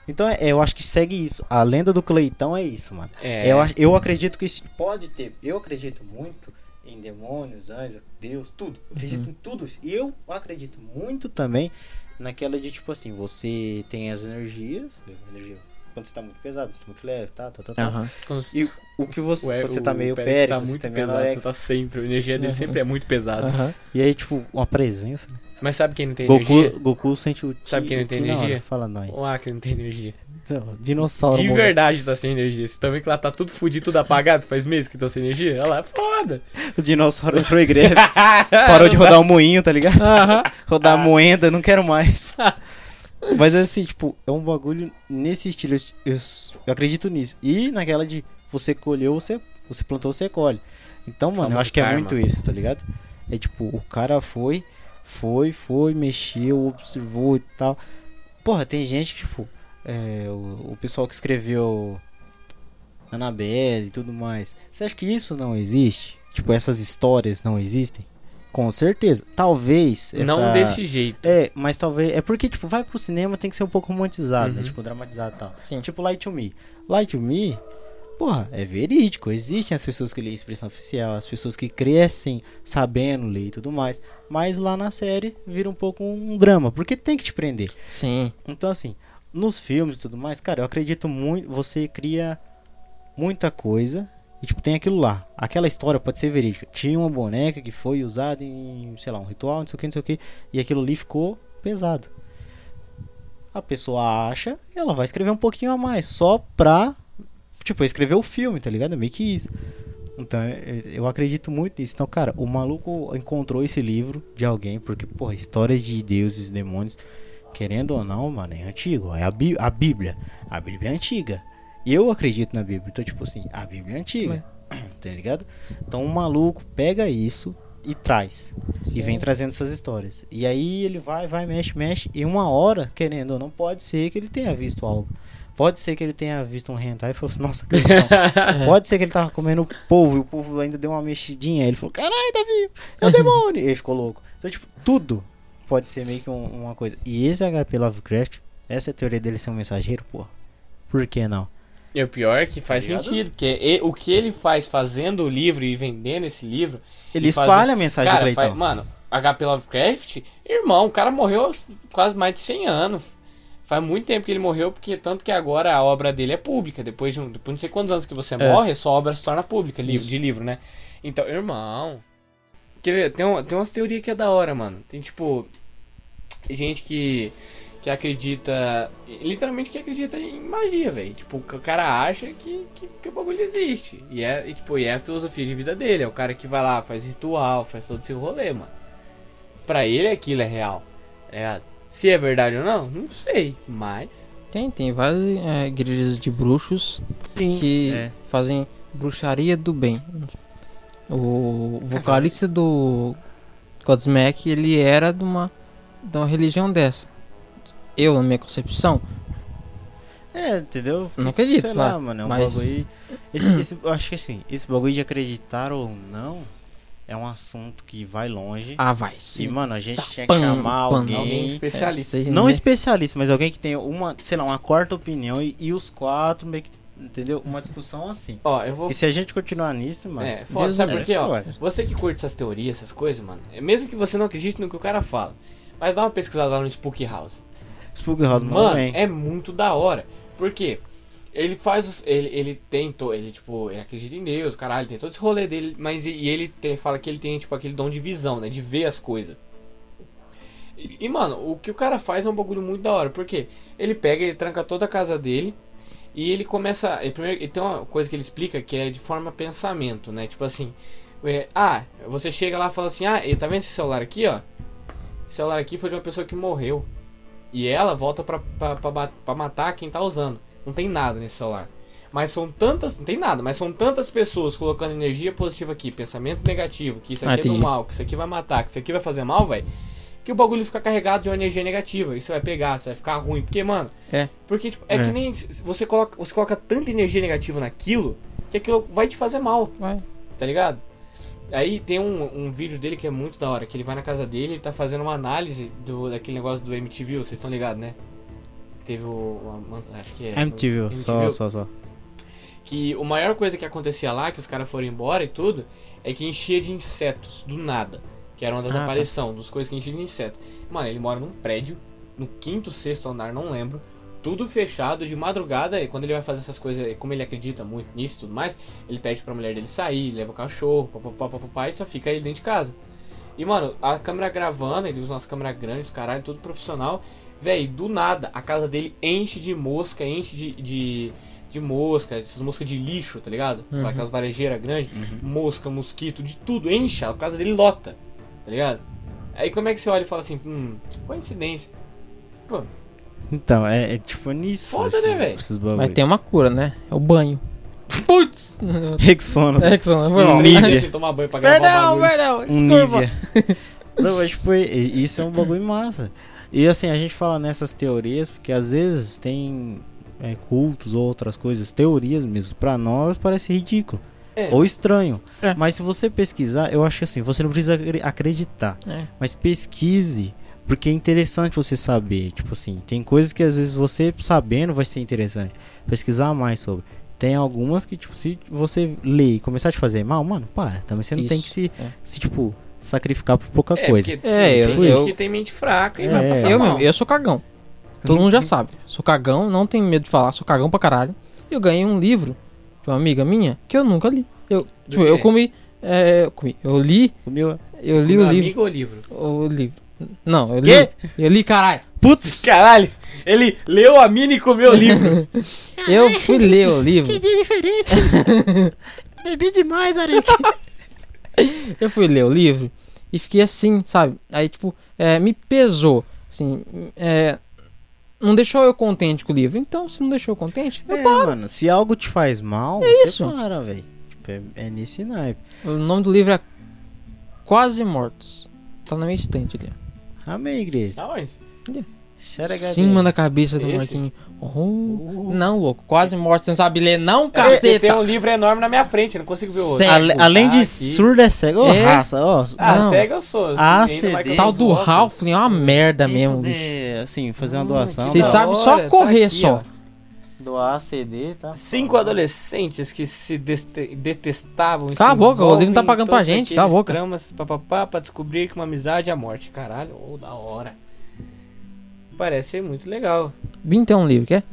Speaker 1: Então é, eu acho que segue isso. A lenda do Cleitão é isso, mano.
Speaker 4: É.
Speaker 1: Eu, ach- eu acredito que isso pode ter. Eu acredito muito em demônios, anjos, Deus, tudo. Eu
Speaker 4: Uhum.
Speaker 1: acredito em tudo isso. E eu acredito muito também naquela de tipo assim: você tem as energias. né, energia- quando você tá muito pesado, você tá muito leve, tá, tá, tá. tá.
Speaker 2: Aham.
Speaker 1: E o que você.
Speaker 4: Ué,
Speaker 1: você
Speaker 4: o
Speaker 1: tá meio
Speaker 4: Pérez
Speaker 1: péreo,
Speaker 4: tá
Speaker 1: você
Speaker 4: muito
Speaker 1: tá meio
Speaker 4: pesado,
Speaker 1: anorexia.
Speaker 4: tá sempre. A energia dele sempre é muito pesada.
Speaker 2: aham.
Speaker 1: E aí, tipo, uma presença. Né?
Speaker 4: Mas sabe quem não tem energia?
Speaker 1: Goku, Goku sente o.
Speaker 4: Sabe
Speaker 1: ki-
Speaker 4: quem não
Speaker 1: o
Speaker 4: tem
Speaker 1: ki na hora.
Speaker 4: energia?
Speaker 1: Fala nós.
Speaker 4: O Acre não tem energia.
Speaker 1: Então, dinossauro.
Speaker 4: De
Speaker 1: morreu.
Speaker 4: verdade tá sem energia. Você tá vendo que lá tá tudo fudido, tudo apagado? Faz meses que tá sem energia? Olha lá, é foda.
Speaker 1: O dinossauro entrou em greve. Parou de rodar o moinho, tá ligado?
Speaker 2: Aham.
Speaker 4: Ah.
Speaker 1: rodar moenda, não quero mais. Mas assim, tipo, é um bagulho nesse estilo. Eu, eu- eu acredito nisso. E naquela de você colheu, você, você plantou, você colhe. Então, mano, eu
Speaker 4: Famoso
Speaker 1: acho que é
Speaker 4: karma.
Speaker 1: muito isso, tá ligado? É tipo, o cara foi, foi, foi, mexeu, observou e tal. Porra, tem gente que, tipo, é, o, o pessoal que escreveu Annabelle e tudo mais. Você acha que isso não existe? Tipo, essas histórias não existem? Com certeza. Talvez. Essa...
Speaker 4: Não desse jeito.
Speaker 1: É, mas talvez. É porque, tipo, vai pro cinema tem que ser um pouco romantizado, né?
Speaker 4: Uhum.
Speaker 1: Tipo, dramatizado e tal.
Speaker 2: Sim.
Speaker 1: Tipo, Light to Me. Light to Me, porra, é verídico. Existem as pessoas que leem expressão oficial, as pessoas que crescem sabendo ler e tudo mais. Mas lá na série vira um pouco um drama, porque tem que te prender.
Speaker 2: Sim.
Speaker 1: Então, assim, nos filmes e tudo mais, cara, eu acredito muito. Você cria muita coisa. E, tipo, tem aquilo lá. Aquela história pode ser verídica. Tinha uma boneca que foi usada em, sei lá, um ritual, não sei o que, não sei o que. E aquilo ali ficou pesado. A pessoa acha e ela vai escrever um pouquinho a mais. Só pra, tipo, escrever o filme, tá ligado? É meio que isso. Então, eu- eu acredito muito nisso. Então, cara, o maluco encontrou esse livro de alguém, porque, porra, histórias de deuses e demônios, querendo ou não, mano, é antigo. É a, Bí- a Bíblia. A Bíblia é antiga. E eu acredito na Bíblia. Então, tipo assim, a Bíblia é antiga. Tá ligado? Então, o maluco pega isso e traz. E vem trazendo essas histórias. E aí ele vai, vai, mexe, mexe. E uma hora, querendo ou não, pode ser que ele tenha visto algo. Pode ser que ele tenha visto um hentai e falou assim, nossa, que legal. Pode ser que ele tava comendo polvo e o povo ainda deu uma mexidinha. Ele falou: Caralho, Davi, é o demônio! e ele ficou louco. Então, tipo, tudo pode ser meio que um- uma coisa. E esse HP Lovecraft, essa teoria dele ser um mensageiro, pô. Por que não?
Speaker 4: E o pior é que faz
Speaker 1: Tá ligado?
Speaker 4: sentido, porque e- o que ele faz fazendo o livro e vendendo esse livro.
Speaker 1: Ele
Speaker 4: e fazer-
Speaker 1: espalha a mensagem do
Speaker 4: cara,
Speaker 1: Clayton.
Speaker 4: faz, Mano, HP Lovecraft, irmão, o cara morreu há quase mais de 100 anos. Faz muito tempo que ele morreu, porque tanto que agora a obra dele é pública. Depois de, um, depois de não sei quantos anos que você morre, sua obra se torna pública, livro, de livro, né? Então, irmão. Quer ver? Tem, um- tem umas teorias que é da hora, mano. Tem tipo. Gente que. que acredita. Literalmente que acredita em magia, velho. Tipo, o cara acha que, que, que o bagulho existe. E é, e, tipo, e é a filosofia de vida dele. É o cara que vai lá, faz ritual, faz todo esse rolê, mano. Pra ele aquilo é real. É, se é verdade ou não, não sei. Mas.
Speaker 2: Tem, tem várias é, igrejas de bruxos
Speaker 1: Sim.
Speaker 2: que
Speaker 1: é.
Speaker 2: fazem bruxaria do bem. O vocalista do Godsmack, ele era de uma, de uma religião dessa. Eu, na minha concepção,
Speaker 1: É, entendeu?
Speaker 2: Não acredito,
Speaker 1: Sei lá,
Speaker 2: claro,
Speaker 1: mano. É um
Speaker 2: mas-
Speaker 1: bagulho. Esse, esse- eu acho que assim, esse bagulho de acreditar ou não é um assunto que vai longe.
Speaker 2: ah, vai.
Speaker 1: e,
Speaker 2: sim.
Speaker 1: mano, a gente tinha que
Speaker 2: Pam,
Speaker 1: chamar
Speaker 2: pam.
Speaker 1: alguém.
Speaker 4: Alguém especialista.
Speaker 2: Essa aí,
Speaker 1: Não
Speaker 2: né?
Speaker 1: especialista, mas alguém que tenha uma, sei lá, uma quarta opinião e, e os quatro meio que, entendeu? Uma discussão assim.
Speaker 4: Ó, eu vou.
Speaker 1: Porque se a gente continuar nisso, mano.
Speaker 4: É, foda,
Speaker 2: Deus
Speaker 4: sabe
Speaker 2: é
Speaker 4: por quê, ó?
Speaker 1: foda.
Speaker 4: Você que curte essas teorias, essas coisas, mano, é mesmo que você não acredite no que o cara fala, mas dá uma pesquisada lá no Spook House.
Speaker 1: Spook House
Speaker 4: Mano,
Speaker 1: mano, hein?
Speaker 4: é muito da hora. Por quê? Ele faz os. Ele, ele tem. to- Ele, tipo, ele acredita em Deus, caralho, tem todo esse rolê dele, mas e, e ele tem- fala que ele tem, tipo, aquele dom de visão, né? De ver as coisas. E, e, mano, o que o cara faz é um bagulho muito da hora. Por quê? Ele pega, ele tranca toda a casa dele. E ele começa. Ele, primeiro, ele tem uma coisa que ele explica que é de forma pensamento, né? Tipo assim. é, ah, você chega lá e fala assim: Ah, e tá vendo esse celular aqui, ó? Esse celular aqui foi de uma pessoa que morreu. E ela volta pra, pra, pra, ma- pra matar quem tá usando. Não tem nada nesse celular. Mas são tantas. Não tem nada, mas são tantas pessoas colocando energia positiva aqui, pensamento negativo, que isso
Speaker 2: Ah,
Speaker 4: aqui é do
Speaker 2: entendi.
Speaker 4: mal, que isso aqui vai matar, que isso aqui vai fazer mal, velho. Que o bagulho fica carregado de uma energia negativa. Isso vai pegar, isso vai ficar ruim. Porque, mano.
Speaker 2: É.
Speaker 4: Porque, tipo, é,
Speaker 1: É.
Speaker 4: que nem. se- se Você coloca, você coloca tanta energia negativa naquilo que aquilo vai te fazer mal
Speaker 2: Vai.
Speaker 4: tá ligado? Aí tem um, um vídeo dele que é muito da hora, que ele vai na casa dele, ele tá fazendo uma análise do, daquele negócio do MTV, vocês estão ligados, né? Teve o. uma- uma- acho que é.
Speaker 1: MTV, só, só, só.
Speaker 4: Que o maior coisa que acontecia lá, que os caras foram embora e tudo, é que enchia de insetos, do nada. Que era uma das
Speaker 2: Ah, tá.
Speaker 4: aparições, dos coisas que enchia de inseto. Mano, ele mora num prédio, no quinto, sexto andar, não lembro. Tudo fechado, de madrugada, e quando ele vai fazer essas coisas, e como ele acredita muito nisso e tudo mais, ele pede pra mulher dele sair, leva o cachorro, papapá, papapá, e só fica ele dentro de casa. E, mano, a câmera gravando, ele usa umas câmeras grandes, caralho, tudo profissional. Véi, do nada, a casa dele enche de mosca, enche de, de, de mosca, essas moscas de lixo, tá ligado?
Speaker 2: Uhum.
Speaker 4: Aquelas varejeiras grandes,
Speaker 1: Uhum.
Speaker 4: mosca, mosquito, de tudo, enche, a casa dele lota, tá ligado? Aí como é que você olha e fala assim, hum, coincidência.
Speaker 1: Então, é, é tipo nisso.
Speaker 4: Foda,
Speaker 1: esses,
Speaker 4: né, véi?
Speaker 1: Esses
Speaker 2: Mas
Speaker 1: bagulhos.
Speaker 2: tem uma cura, né? É o banho. Putz!
Speaker 1: Rexona.
Speaker 2: É que só não foi mal.
Speaker 1: Nívea.
Speaker 4: Coincidência em tomar banho pra gravar
Speaker 2: Perdão,
Speaker 4: um bagulho.
Speaker 2: perdão.
Speaker 1: um
Speaker 2: Desculpa.
Speaker 1: Nivea. Não, mas tipo, e- isso é um bagulho massa. E assim, a gente fala nessas teorias, porque às vezes tem é, cultos ou outras coisas, teorias mesmo, pra nós parece ridículo.
Speaker 4: É.
Speaker 1: ou estranho.
Speaker 2: É.
Speaker 1: Mas se você pesquisar, eu acho assim, você não precisa acre- acreditar.
Speaker 2: É.
Speaker 1: Mas pesquise, porque é interessante você saber. Tipo assim, tem coisas que às vezes você sabendo vai ser interessante. Pesquisar mais sobre. Tem algumas que, tipo, se você ler e começar a te fazer mal, mano, para. Também você não tem
Speaker 2: Isso,
Speaker 1: que se,
Speaker 2: é.
Speaker 1: se tipo, sacrificar por pouca
Speaker 4: É,
Speaker 1: coisa.
Speaker 4: porque,
Speaker 2: É,
Speaker 4: sim,
Speaker 2: eu-
Speaker 4: tem
Speaker 2: eu-
Speaker 4: gente que tem mente fraca e
Speaker 1: É, Uhum.
Speaker 4: vai passar
Speaker 2: Eu
Speaker 4: mal.
Speaker 2: mesmo, eu sou cagão. Todo mundo já sabe. Sou cagão, não tenho medo de falar, sou cagão pra caralho. Eu ganhei um livro de uma amiga minha que eu nunca li. Eu, tipo, eu
Speaker 4: quê?
Speaker 2: comi, é, eu comi. Eu li,
Speaker 1: Comeu-
Speaker 2: eu
Speaker 4: Com
Speaker 2: li
Speaker 4: meu
Speaker 2: o livro.
Speaker 4: amigo ou livro?
Speaker 2: O livro. Não, eu li.
Speaker 1: Quê?
Speaker 2: Eu li, caralho.
Speaker 1: Putz!
Speaker 4: Caralho, ele leu a mini e comeu o livro.
Speaker 2: Eu fui ler o livro.
Speaker 1: dia Ah, né? diferente! Bebi demais, Arek.
Speaker 2: Eu fui ler o livro e fiquei assim, sabe? Aí, tipo, é, me pesou. Assim, é, não deixou eu contente com o livro. Então, se não deixou eu contente,
Speaker 1: É, mano, se algo te faz mal,
Speaker 4: É
Speaker 1: você
Speaker 2: isso.
Speaker 1: para, velho. Tipo, é, é nesse naipe.
Speaker 2: o nome do livro é Quase Mortos. Tá na minha estante ali. ó.
Speaker 1: Amém, igreja.
Speaker 4: Tá onde?
Speaker 2: Cima da cabeça do
Speaker 4: Esse?
Speaker 2: molequinho. Oh, Não, louco. Quase mortos. Você não sabe ler, não, caceta.
Speaker 4: Tem um livro enorme na minha frente, eu não consigo ver o outro.
Speaker 2: Cego.
Speaker 1: Ale- além de
Speaker 4: Ah, aqui.
Speaker 1: surdo é cego, ô
Speaker 2: É.
Speaker 1: raça, ó.
Speaker 4: Ah,
Speaker 2: Não.
Speaker 4: cego eu sou.
Speaker 1: Ah,
Speaker 4: Ainda mais que eu
Speaker 1: CD.
Speaker 2: Tal
Speaker 4: tenho
Speaker 2: do
Speaker 4: óculos.
Speaker 2: Ralph é uma merda
Speaker 1: Quem
Speaker 2: mesmo,
Speaker 1: puder,
Speaker 2: bicho.
Speaker 1: Assim, fazer uma
Speaker 4: Hum,
Speaker 1: doação.
Speaker 4: que
Speaker 2: Vocês
Speaker 4: da
Speaker 2: sabem só
Speaker 4: hora, tá
Speaker 2: correr,
Speaker 4: aqui,
Speaker 2: só.
Speaker 4: ó.
Speaker 1: Doar CD, tá?
Speaker 4: Cinco adolescentes que se deste- detestavam e
Speaker 2: Cala
Speaker 4: se
Speaker 2: a boca, o
Speaker 4: envolvem
Speaker 2: livro tá
Speaker 4: em
Speaker 2: pagando pra
Speaker 4: todos
Speaker 2: gente, cala a
Speaker 4: aqueles
Speaker 2: boca.
Speaker 4: Tramas, papapá, pra descobrir que uma amizade é a morte. Caralho, ô, da hora. Parece ser muito legal.
Speaker 2: Vim ter um livro, quer?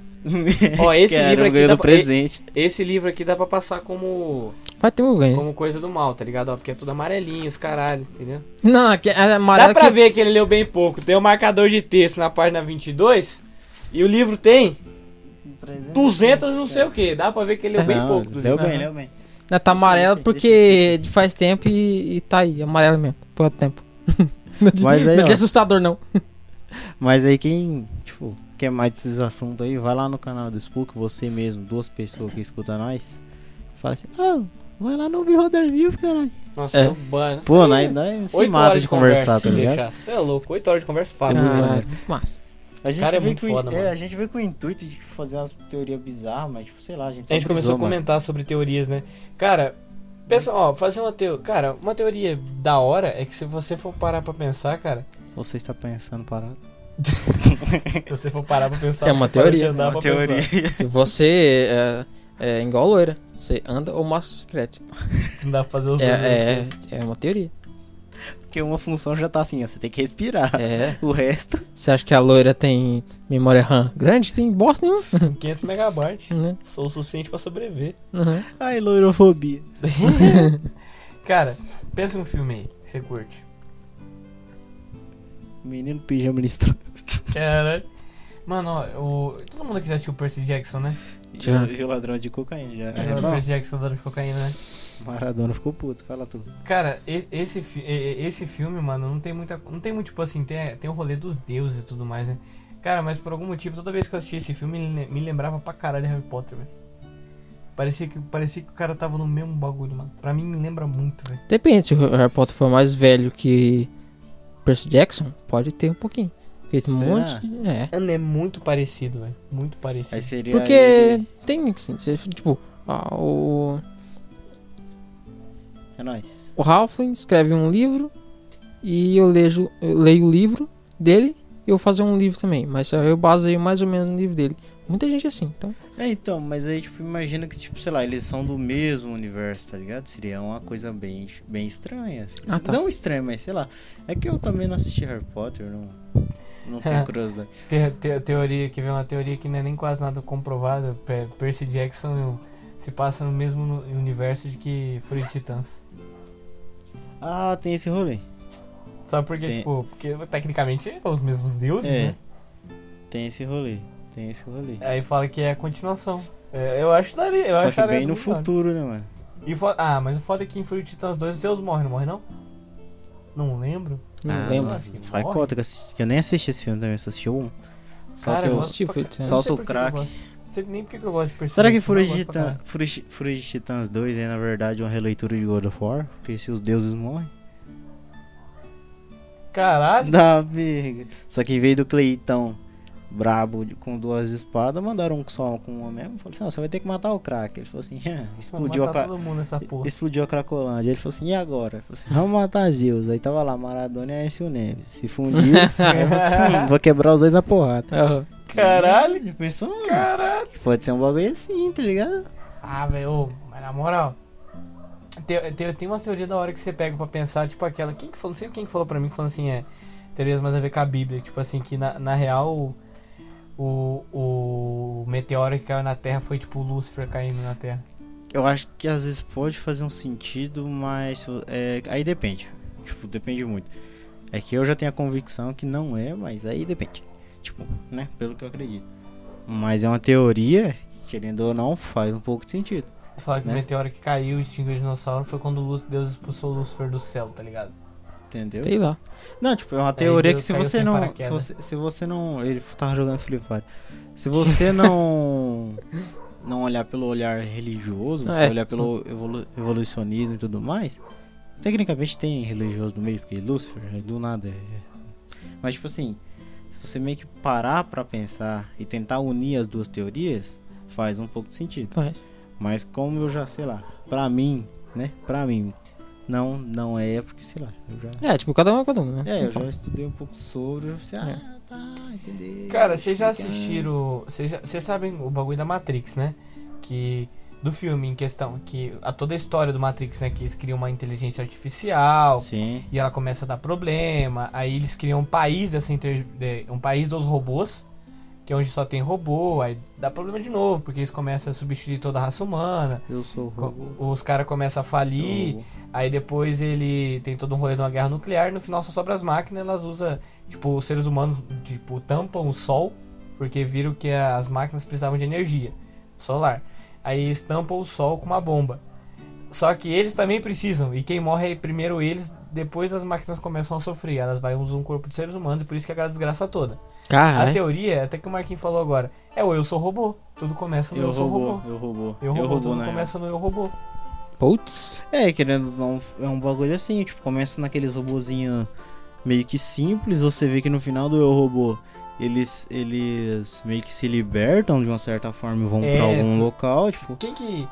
Speaker 4: Ó, esse
Speaker 1: Cara,
Speaker 4: livro
Speaker 1: eu
Speaker 4: aqui tá
Speaker 1: ganhei
Speaker 4: dá
Speaker 1: no
Speaker 4: pra-
Speaker 1: presente.
Speaker 4: Esse livro aqui dá pra passar como,
Speaker 2: Vai ter um ganho.
Speaker 4: como coisa do mal, tá ligado? Ó, porque é tudo amarelinho, os caralho, entendeu?
Speaker 2: Não, que é
Speaker 4: Dá
Speaker 2: amarelo
Speaker 4: pra
Speaker 2: que...
Speaker 4: ver que ele leu bem pouco. Tem um marcador de texto na página 22 e o livro tem 200 não sei o que. Dá pra ver que ele leu bem
Speaker 1: Não,
Speaker 4: pouco. do né?
Speaker 1: Deu
Speaker 2: livro.
Speaker 1: bem,
Speaker 2: Aham.
Speaker 1: deu bem.
Speaker 2: Não, tá amarelo porque de faz tempo e, e tá aí, amarelo mesmo, por outro tempo.
Speaker 1: Mas aí,
Speaker 2: não é que
Speaker 1: ó.
Speaker 2: é assustador, não.
Speaker 1: Mas aí quem, tipo, quer mais desses assuntos aí, vai lá no canal do Spook, você mesmo, duas pessoas que escutam nós. Fala assim, ah, vai lá no Beholderville, caralho.
Speaker 4: Nossa, um
Speaker 2: É.
Speaker 4: eu banho.
Speaker 1: Pô, né? Daí se
Speaker 4: Oito
Speaker 1: mata
Speaker 4: horas
Speaker 1: de conversar, tá
Speaker 4: conversa, se
Speaker 1: ligado?
Speaker 4: deixar. Você é louco, 8 horas de conversa fácil.
Speaker 1: Caralho.
Speaker 4: né?
Speaker 2: Caralho, muito massa.
Speaker 1: A gente
Speaker 4: Cara, é
Speaker 1: veio
Speaker 4: muito
Speaker 1: com,
Speaker 4: foda, mano.
Speaker 1: a gente veio com o intuito de fazer umas teorias bizarras, mas tipo, sei lá, a gente
Speaker 4: A gente começou a comentar sobre teorias, né? Cara, pensa, ó, fazer uma teoria. Cara, uma teoria da hora é que se você for parar pra pensar, cara.
Speaker 1: Você está pensando parado?
Speaker 4: Se você for parar pra pensar,
Speaker 2: É uma
Speaker 4: você para
Speaker 2: teoria.
Speaker 4: de andar pra pensar.
Speaker 2: E você é, é igual loira. Você anda ou mostra secreto.
Speaker 4: Não dá pra fazer os
Speaker 2: É,
Speaker 4: dois. né?
Speaker 2: é, é uma teoria.
Speaker 1: Porque uma função já tá assim, ó, você tem que respirar.
Speaker 2: É.
Speaker 1: O resto.
Speaker 2: Você acha que a loira tem memória RAM grande? Tem bosta nenhuma,
Speaker 4: Com 500 megabytes.
Speaker 2: né?
Speaker 4: Sou o suficiente pra sobreviver.
Speaker 2: Uhum.
Speaker 1: Ai, loirofobia.
Speaker 4: Cara, pensa um filme aí que você curte.
Speaker 1: Menino pijama listrado.
Speaker 4: Caralho. Mano, ó, o... todo mundo aqui já assistiu o Percy Jackson, né?
Speaker 1: E
Speaker 2: Já.
Speaker 1: o- e o ladrão de cocaína já.
Speaker 4: É, o Percy Jackson dando de cocaína, né?
Speaker 1: Maradona ficou puto, fala tu.
Speaker 4: Cara, e- esse, fi- e- e- esse filme, mano, não tem muita. Não tem muito, tipo assim, tem, tem o rolê dos deuses e tudo mais, né? Cara, mas por algum motivo, toda vez que eu assistia esse filme, ele le- me lembrava pra caralho Harry Potter, velho. Parecia que, parecia que o cara tava no mesmo bagulho, mano. Pra mim, me lembra muito, velho.
Speaker 2: Depende, se o Harry Potter for mais velho que Percy Jackson, pode ter um pouquinho. Porque tem um
Speaker 1: Será?
Speaker 2: monte. de- É.
Speaker 4: Mano, é muito parecido, velho. Muito parecido.
Speaker 1: Aí seria.
Speaker 2: Porque
Speaker 1: ele-
Speaker 2: tem, assim, você, tipo, ah, o,
Speaker 1: É nóis.
Speaker 2: o Halfling escreve um livro e eu leio, eu leio o livro dele e eu fazer um livro também. Mas eu baseio mais ou menos no livro dele. Muita gente é assim, então.
Speaker 1: É, então, mas aí, tipo, imagina que, tipo, sei lá, eles são do mesmo universo, tá ligado? Seria uma coisa bem, bem estranha. assim.
Speaker 2: Ah, tá.
Speaker 1: Não estranha, mas sei lá. É que eu também não assisti Harry Potter, não, não tenho curiosidade.
Speaker 4: Te- te- teoria que vem uma teoria que não é nem quase nada comprovada. Pe- Percy Jackson e o- se passa no mesmo nu- universo de que Fúria de Titãs.
Speaker 1: Ah, tem esse rolê.
Speaker 4: Sabe por quê?
Speaker 1: Tem.
Speaker 4: Tipo, porque tecnicamente é os mesmos deuses,
Speaker 1: É.
Speaker 4: né?
Speaker 1: Tem esse rolê. Tem esse rolê.
Speaker 4: Aí fala que é a continuação. É, eu acho daria, eu
Speaker 1: Só que
Speaker 4: acharia
Speaker 1: bem no
Speaker 4: muito da hora.
Speaker 1: futuro, né, mano?
Speaker 4: E fo- ah, mas o foda é que em Fúria de Titãs 2 Zeus morre, não morre não? Não lembro.
Speaker 2: Não
Speaker 1: Ah,
Speaker 2: lembro.
Speaker 1: nossa,
Speaker 4: Acho que
Speaker 1: Faz
Speaker 4: morre.
Speaker 1: conta que eu, assisti- que eu nem assisti esse filme também, eu só assisti um. Solta
Speaker 4: eu
Speaker 1: o-
Speaker 4: gosto
Speaker 2: assisti,
Speaker 4: pra
Speaker 2: foi-
Speaker 4: caralho.
Speaker 1: solta
Speaker 4: Não
Speaker 1: o
Speaker 4: sei por que que eu
Speaker 1: crack.
Speaker 4: gosto. Não sei nem porque que eu gosto de Percy
Speaker 1: Será que
Speaker 4: Jackson, mas
Speaker 1: Fúria
Speaker 4: eu
Speaker 1: de,
Speaker 4: gosto
Speaker 1: Titã,
Speaker 4: pra caralho.
Speaker 1: Fúria de- Fúria de Titãs 2 é, na verdade, uma releitura de God of War? Porque se os deuses morrem...
Speaker 4: Caralho!
Speaker 1: Dá, amiga. Só que em vez do Cleitão brabo de- com duas espadas, mandaram um só com uma mesmo. Falou assim, "Não, você vai ter que matar o crack. Ele falou assim, "Ah, explodiu a,
Speaker 4: matar
Speaker 1: ca...
Speaker 4: todo mundo nessa porra.
Speaker 1: explodiu a Cracolândia. Ele falou assim, e agora? Ele falou assim, vamos matar Zeus. Aí tava lá Maradona e Aécio Neves. Se fundir,
Speaker 4: É
Speaker 1: eu falei assim, vou quebrar os dois na porrada.
Speaker 2: Aham.
Speaker 4: Caralho.
Speaker 1: Já pensou, mano?
Speaker 4: Caralho.
Speaker 1: Pode ser um bagulho assim, tá ligado?
Speaker 4: Ah, velho, ô, mas na moral. Tem, tem, tem uma teoria da hora que você pega pra pensar, tipo aquela. Quem que falou? Não sei quem que falou pra mim que falou assim, é. Teorias mais a ver com a Bíblia. Tipo assim, que na, na real. O, o meteoro que caiu na Terra foi tipo o Lúcifer caindo na Terra.
Speaker 1: Eu acho que às vezes pode fazer um sentido, mas é, aí depende. Tipo, depende muito. É que eu já tenho a convicção que não é, mas aí depende. Tipo, né? Pelo que eu acredito. Mas é uma teoria, querendo ou não, faz um pouco de sentido.
Speaker 4: Falar que
Speaker 1: Né?
Speaker 4: o meteoro que caiu e extinguiu o dinossauro foi quando o Lú- Deus expulsou o Lúcifer do céu, tá ligado?
Speaker 1: Entendeu?
Speaker 2: Sei lá.
Speaker 1: Não, tipo, é uma teoria que
Speaker 4: Deus
Speaker 1: se
Speaker 4: caiu
Speaker 1: você
Speaker 4: sem
Speaker 1: não. Se
Speaker 4: paraquedas.
Speaker 1: você, se você não. Ele tava jogando Free Fire. Se você não. não olhar pelo olhar religioso,
Speaker 2: Ah,
Speaker 1: se
Speaker 2: é,
Speaker 1: olhar pelo evolu- evolucionismo e tudo mais. Tecnicamente tem religioso no meio, porque Lúcifer, é do nada. é- Mas, tipo assim, se você meio que parar pra pensar e tentar unir as duas teorias, faz um pouco de sentido.
Speaker 2: Faz.
Speaker 1: Mas como eu já, sei lá, pra mim, né? Pra mim, não, não é, porque sei lá, eu já.
Speaker 2: É, tipo, cada um é cada um, né?
Speaker 1: É, eu
Speaker 2: Então,
Speaker 1: já estudei um pouco sobre. Eu pensei, ah, tá, entendi.
Speaker 4: Cara, vocês já
Speaker 1: Bacana.
Speaker 4: assistiram. Vocês já- vocês sabem o bagulho da Matrix, né? Que. Do filme em questão, que a toda a história do Matrix, né? Que eles criam uma inteligência artificial
Speaker 1: Sim.
Speaker 4: e ela começa a dar problema. Aí eles criam um país dessa inter... de- um país dos robôs, que é onde só tem robô, aí dá problema de novo, porque eles começam a substituir toda a raça humana.
Speaker 1: Eu sou o
Speaker 4: co-
Speaker 1: robô.
Speaker 4: Os caras começam a falir, Aí depois ele tem todo um rolê de uma guerra nuclear, no final só sobra as máquinas, elas usam, tipo, os seres humanos, tipo, tampam o sol, porque viram que as máquinas precisavam de energia solar. Aí eles tampam o sol com uma bomba. Só que eles também precisam, e quem morre é primeiro eles, depois as máquinas começam a sofrer, elas vão usar um corpo de seres humanos, e por isso que é aquela desgraça toda. A
Speaker 2: Caralho.
Speaker 4: teoria, até que o Marquinhos falou agora, é o eu sou robô, tudo começa no então eu,
Speaker 1: Eu
Speaker 4: sou robô.
Speaker 1: robô, eu robô.
Speaker 4: Eu robô, tudo
Speaker 1: né?
Speaker 4: começa no eu robô.
Speaker 2: Putz.
Speaker 1: É, querendo ou não, é um bagulho assim, tipo, começa naqueles robozinhos meio que simples, você vê que no final do eu robô. Eles, eles meio que se libertam de uma certa forma e vão
Speaker 4: É,
Speaker 1: pra algum
Speaker 4: pô.
Speaker 1: local, tipo.
Speaker 4: Quem que.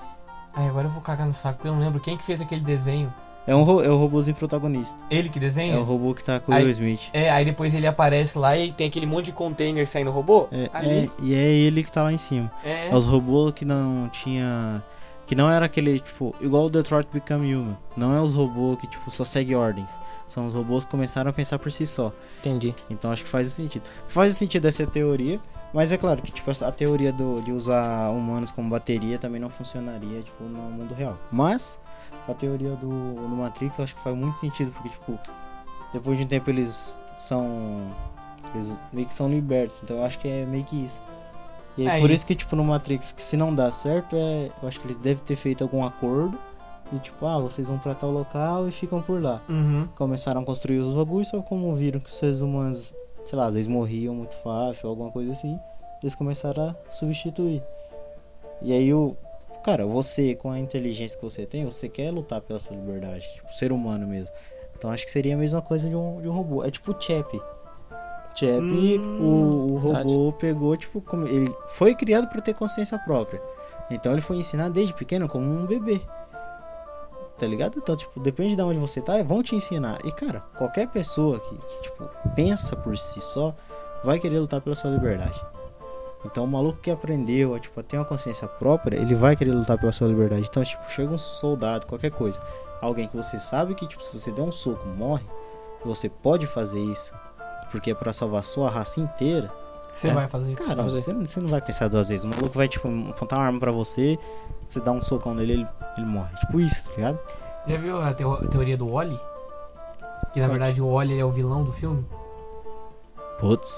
Speaker 4: Ai, agora eu vou cagar no saco, porque eu não lembro quem que fez aquele desenho.
Speaker 1: É, um, ro- é o robôzinho protagonista.
Speaker 4: Ele que
Speaker 1: É
Speaker 4: desenha?
Speaker 1: o robô que tá com o
Speaker 4: Aí-
Speaker 1: Will Smith.
Speaker 4: É, aí depois ele aparece lá e tem aquele monte de container saindo robô.
Speaker 1: É,
Speaker 4: Ali.
Speaker 1: é, e é ele que tá lá em cima.
Speaker 4: É.
Speaker 1: É os robôs que não tinha. Que não era aquele, tipo, igual o Detroit Become Human. Não é os robôs que, tipo, só segue ordens. São os robôs que começaram a pensar por si só.
Speaker 2: Entendi.
Speaker 1: Então acho que faz sentido. Faz sentido essa teoria. Mas é claro que, tipo, essa- a teoria do- de usar humanos como bateria também não funcionaria, tipo, no mundo real. Mas, a teoria do, do Matrix eu acho que faz muito sentido, porque, tipo, depois de um tempo eles são. Eles meio que são libertos. Então eu acho que é meio que isso. E aí,
Speaker 4: É
Speaker 1: por
Speaker 4: isso.
Speaker 1: isso que, tipo, no Matrix, que se não dá certo, é. Eu acho que eles devem ter feito algum acordo. E tipo, ah, vocês vão pra tal local e ficam por lá
Speaker 4: Uhum.
Speaker 1: começaram a construir os bagulhos, só como viram que os seres humanos, sei lá, às vezes morriam muito fácil, alguma coisa assim, eles começaram a substituir. E aí o. Cara, você, com a inteligência que você tem, você quer lutar pela sua liberdade, tipo, ser humano mesmo. Então acho que seria a mesma coisa de um, de um robô. É tipo o Chap. Chap,
Speaker 4: Hum,
Speaker 1: o, o
Speaker 2: verdade.
Speaker 1: robô pegou, tipo, como- ele foi criado para ter consciência própria. Então ele foi ensinado desde pequeno como um bebê. Tá ligado? Então, tipo, depende de onde você tá, vão te ensinar. E, cara, qualquer pessoa que, que, tipo, pensa por si só vai querer lutar pela sua liberdade. Então, o maluco que aprendeu a, tipo, a ter uma consciência própria, ele vai querer lutar pela sua liberdade. Então, tipo, chega um soldado, qualquer coisa. Alguém que você sabe que, tipo, se você der um soco, morre. Você pode fazer isso porque é pra salvar sua raça inteira.
Speaker 4: Você
Speaker 2: É.
Speaker 4: vai fazer.
Speaker 1: Cara,
Speaker 2: Fazer.
Speaker 1: você, não- você não vai pensar duas vezes. O maluco vai, tipo, apontar uma arma pra você, você dá um socão nele, ele, ele morre. Tipo isso, tá ligado?
Speaker 4: Já viu a teo- teoria do Wally? Que na
Speaker 2: Pode.
Speaker 4: verdade o Wally é o vilão do filme?
Speaker 1: Putz.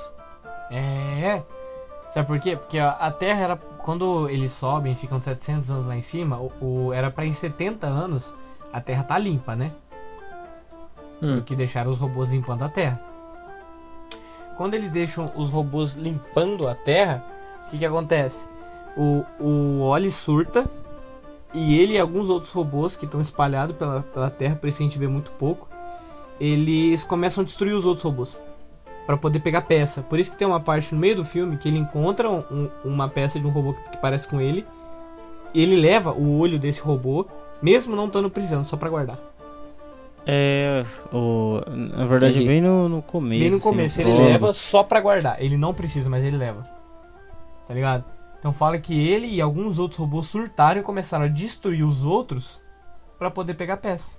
Speaker 4: É. Sabe por quê? Porque a- a Terra era. Quando eles sobem e ficam 700 anos lá em cima, o, o- era pra em 70 anos a Terra tá limpa, né?
Speaker 2: Hum.
Speaker 4: Uhum. Porque deixaram os robôs limpando a terra. Quando eles deixam os robôs limpando a terra, o que, que acontece? O, o Oli surta e ele e alguns outros robôs que estão espalhados pela, pela terra, por isso a gente vê muito pouco, eles começam a destruir os outros robôs. Pra pra poder pegar peça. Por isso que tem uma parte no meio do filme que ele encontra um- uma peça de um robô que parece com ele. E ele leva o olho desse robô, mesmo não estando precisando, só pra guardar.
Speaker 1: É, o, na verdade,
Speaker 2: Entendi.
Speaker 1: bem no, no começo.
Speaker 4: Bem no
Speaker 1: assim,
Speaker 4: começo,
Speaker 1: o
Speaker 4: ele
Speaker 1: prólogo.
Speaker 4: leva só pra guardar. Ele não precisa, mas ele leva. Tá ligado? Então fala que ele e alguns outros robôs surtaram e começaram a destruir os outros pra poder pegar peça.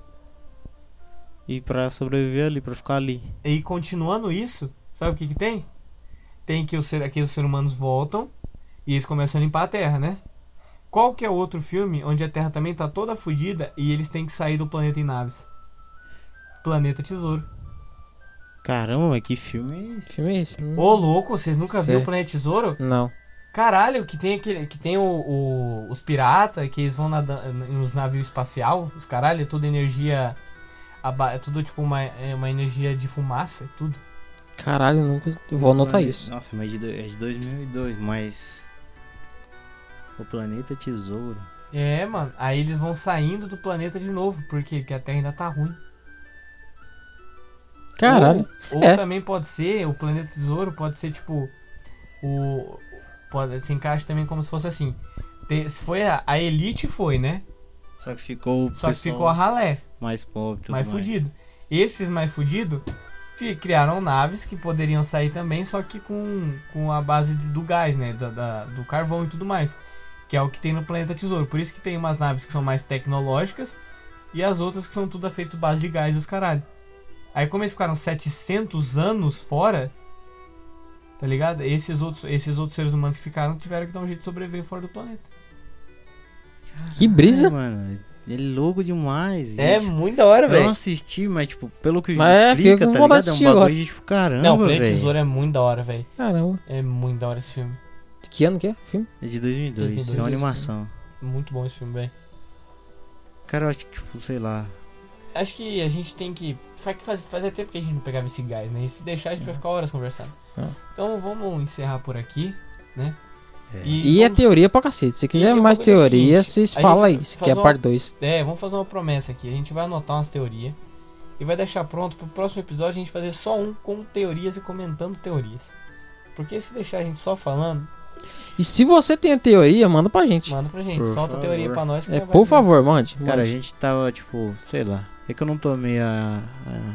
Speaker 1: E pra sobreviver ali, pra ficar ali.
Speaker 4: E continuando isso, sabe o que que tem? Tem que, o ser, que os seres humanos voltam e eles começam a limpar a Terra, né? Qual que é outro filme onde a Terra também tá toda fodida e eles têm que sair do planeta em naves? Planeta Tesouro.
Speaker 1: Caramba, mas que filme é esse?
Speaker 2: Filme é esse? Hum.
Speaker 4: Ô louco, vocês nunca viram
Speaker 2: Cê-
Speaker 4: o Planeta Tesouro?
Speaker 2: Não.
Speaker 4: Caralho, que tem aquele, que tem o, o- os piratas que eles vão nadando nos navios espacial, os caralho, é tudo energia aba- é tudo tipo uma, é uma energia de fumaça, é tudo.
Speaker 2: Caralho, nunca. Eu vou anotar
Speaker 1: Plane-
Speaker 2: isso.
Speaker 1: Nossa, mas de do- é de 2002, mas. O Planeta Tesouro.
Speaker 4: É, mano. Aí eles vão saindo do planeta de novo, por quê? Porque a Terra ainda tá ruim.
Speaker 2: Caralho.
Speaker 4: Ou, ou
Speaker 2: É.
Speaker 4: também pode ser, o planeta tesouro pode ser tipo o pode se encaixa também como se fosse assim. Te- se foi a, a elite foi, né?
Speaker 1: Só que ficou o
Speaker 4: Só
Speaker 1: pessoal
Speaker 4: que ficou a ralé.
Speaker 1: mais pobre. tudo
Speaker 4: mais
Speaker 1: Mais,
Speaker 4: fudido. Esses mais fudido fi- criaram naves que poderiam sair também, só que com, com a base de- do gás, né? Da, da- do carvão e tudo mais. Que é o que tem no planeta Tesouro. Por isso que tem umas naves que são mais tecnológicas e as outras que são tudo feito base de gás e os caralho. Aí como eles ficaram 700 anos fora, tá ligado? Esses outros, esses outros seres humanos que ficaram tiveram que dar um jeito de sobreviver fora do planeta.
Speaker 2: Que
Speaker 1: É,
Speaker 2: brisa.
Speaker 1: mano. Ele é louco demais. gente.
Speaker 4: É muito da hora,
Speaker 1: Eu não assisti, mas, tipo, pelo que
Speaker 2: Mas é, fica
Speaker 1: explica,
Speaker 2: com
Speaker 1: tá
Speaker 2: vontade
Speaker 1: ligado?
Speaker 2: de
Speaker 1: É um
Speaker 2: assistir
Speaker 1: bagulho
Speaker 2: agora.
Speaker 1: de, tipo, caramba,
Speaker 4: Não, o Planeta
Speaker 1: velho.
Speaker 4: Tesouro é muito da hora, velho.
Speaker 2: Caramba.
Speaker 4: É muito da hora esse filme.
Speaker 2: De que ano que é? o Filme?
Speaker 1: É de 2002,
Speaker 4: 2002,
Speaker 1: é uma animação.
Speaker 4: Muito bom esse filme, velho.
Speaker 1: Cara, eu acho que, tipo, sei lá.
Speaker 4: Acho que a gente tem que. Faz, faz, fazia tempo que a gente não pegava esse gás, né? E se deixar, a gente vai ficar horas conversando.
Speaker 2: É.
Speaker 4: Então vamos encerrar por aqui, né?
Speaker 1: É.
Speaker 2: E é
Speaker 4: vamos-
Speaker 2: teoria pra cacete. Se
Speaker 4: E
Speaker 2: quiser
Speaker 4: o
Speaker 2: mais
Speaker 4: bagulho é o
Speaker 2: teoria,
Speaker 4: seguinte,
Speaker 2: vocês
Speaker 4: a
Speaker 2: falam
Speaker 4: gente
Speaker 2: aí. Se
Speaker 4: faz
Speaker 2: quer
Speaker 4: uma-
Speaker 2: parte 2.
Speaker 4: É, vamos fazer uma promessa aqui. A gente vai anotar umas teorias e vai deixar pronto pro próximo episódio a gente fazer só um com teorias e comentando teorias. Porque se deixar a gente só falando,
Speaker 2: E se você tem a teoria, manda pra gente.
Speaker 4: manda pra gente,
Speaker 1: Por
Speaker 4: solta a teoria
Speaker 1: favor.
Speaker 4: pra nós. que
Speaker 2: É,
Speaker 4: nós vai
Speaker 2: por
Speaker 4: ver.
Speaker 2: favor, mande. mande.
Speaker 1: É. Cara, a gente tava, tipo, sei lá. É que eu não tomei a,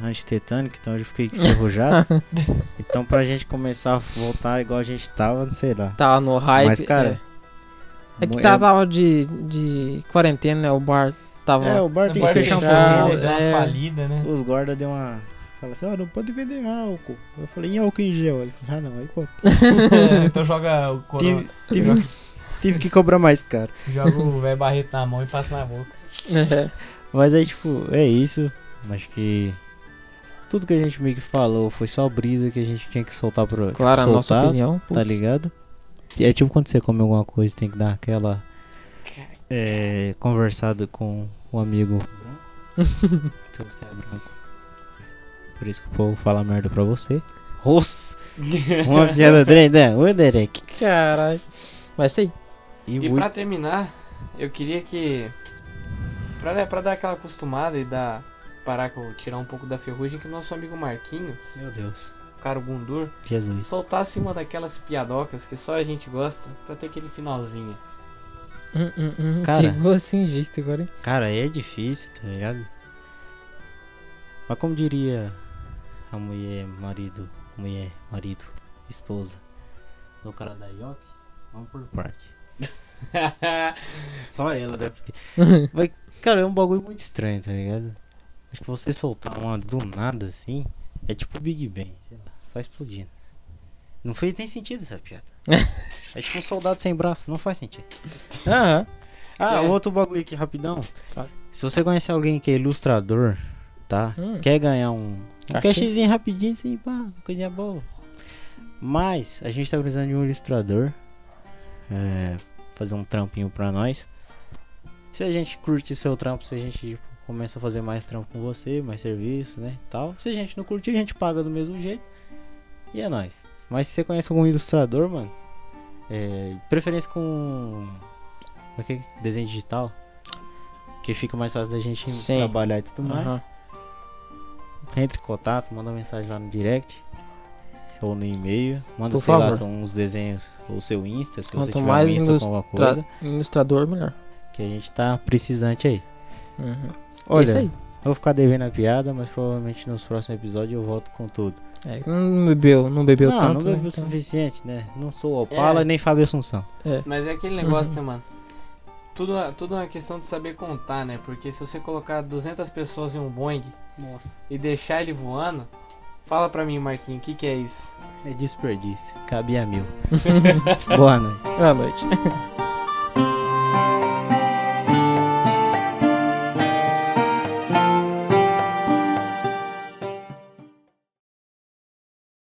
Speaker 1: a antitetânica, então eu fiquei enferrujado. então, pra gente começar a voltar igual a gente tava, sei lá.
Speaker 2: Tá no hype.
Speaker 1: Mas, cara.
Speaker 2: é. é que
Speaker 1: mo-
Speaker 2: tá,
Speaker 1: é-
Speaker 2: tava de, de quarentena, né? O bar tava.
Speaker 1: É, o bar
Speaker 4: Não
Speaker 1: tem
Speaker 4: pode
Speaker 1: que
Speaker 4: fechar
Speaker 1: fechar
Speaker 4: um
Speaker 1: um
Speaker 2: fechado,
Speaker 1: pouquinho.
Speaker 4: pouquinho, deu
Speaker 2: é.
Speaker 4: uma falida, né?
Speaker 1: Os guardas deu uma. Fala assim, ó, não pode vender álcool. Eu falei, em álcool em gel? Ele falou, ah não, aí pô.
Speaker 4: então joga o corona,
Speaker 1: Tive, tive, tive que cobrar mais caro.
Speaker 4: joga o velho barreto na mão e passa na boca.
Speaker 2: É.
Speaker 1: Mas aí, tipo, é isso. Acho que. Tudo que a gente meio que falou foi só brisa que a gente tinha que soltar pro. tipo,
Speaker 2: Claro, a
Speaker 1: soltar,
Speaker 2: nossa opinião.
Speaker 1: Tá
Speaker 2: putz.
Speaker 1: ligado? É tipo quando você come alguma coisa, tem que dar aquela. É, conversado com um amigo. Se você é branco. Por isso que o povo fala merda pra você. Nossa! Uma piada tremenda. Oi, Derek.
Speaker 2: Caralho. Mas sei.
Speaker 1: E,
Speaker 4: E
Speaker 1: muito-
Speaker 4: pra terminar, eu queria que. Pra, né, pra dar aquela acostumada e dar. Parar com tirar um pouco da ferrugem, que o nosso amigo Marquinhos,
Speaker 1: Meu Deus.
Speaker 4: o cara Gundur,
Speaker 1: Jesus.
Speaker 4: soltasse uma daquelas piadocas que só a gente gosta, pra ter aquele finalzinho.
Speaker 2: Hum, hum, hum.
Speaker 1: Cara.
Speaker 2: Chegou assim, jeito agora, hein?
Speaker 1: Cara, é difícil, tá ligado? Mas como diria a mulher, marido, mulher, marido, esposa do cara da York, vamos por parte. Só ela, né? Porque... Mas, cara, é um bagulho muito estranho, tá ligado? Acho que você soltar uma do nada assim, é tipo o Big Bang, sei lá, só explodindo. Não fez nem sentido essa piada. é tipo um soldado sem braço, não faz sentido.
Speaker 2: Aham.
Speaker 1: Ah,
Speaker 4: É.
Speaker 1: outro bagulho aqui rapidão.
Speaker 2: Fala.
Speaker 1: Se você conhecer alguém que é ilustrador, tá?
Speaker 2: Hum.
Speaker 1: Quer ganhar um, um
Speaker 2: Cachê.
Speaker 1: cachezinho rapidinho, assim, pá, uma coisinha boa. Mas a gente tá precisando de um ilustrador. é, fazer um trampinho pra nós. Se a gente curte seu trampo, se a gente tipo, começa a fazer mais trampo com você, mais serviço, né? e Tal. Se a gente não curtir, a gente paga do mesmo jeito. E é nóis. Mas se você conhece algum ilustrador, mano, é, preferência com como é que é? desenho digital, que fica mais fácil da gente
Speaker 2: Sim.
Speaker 1: trabalhar e tudo mais.
Speaker 2: Aham.
Speaker 1: Entre em contato, manda mensagem lá no direct. ou no e-mail. Manda,
Speaker 2: Por
Speaker 1: sei lá,
Speaker 2: favor.
Speaker 1: são uns desenhos, ou seu Insta, se você
Speaker 2: Quanto
Speaker 1: tiver um
Speaker 2: mais
Speaker 1: Insta com alguma
Speaker 2: Tra-
Speaker 1: coisa,
Speaker 2: Ilustrador, melhor.
Speaker 1: que a gente tá precisante aí.
Speaker 2: Uhum. É
Speaker 1: Olha,
Speaker 2: Isso aí.
Speaker 1: eu vou ficar devendo a piada, mas provavelmente nos próximos episódios eu volto com tudo.
Speaker 2: É, não bebeu, não bebeu
Speaker 1: não,
Speaker 2: tanto.
Speaker 1: não bebeu
Speaker 2: né?
Speaker 1: o
Speaker 2: Então,
Speaker 1: suficiente, né? Não sou Opala
Speaker 4: É.
Speaker 1: nem Fábio Assunção.
Speaker 4: Mas é aquele negócio,
Speaker 2: Uhum.
Speaker 4: né, mano? Tudo, é- tudo é uma questão de saber contar, né? Porque se você colocar 200 pessoas em um Boeing
Speaker 1: Nossa.
Speaker 4: e deixar ele voando, fala pra mim, Marquinhos, o que, que é isso?
Speaker 1: É desperdício. Cabia mil. Boa noite.
Speaker 2: Boa noite.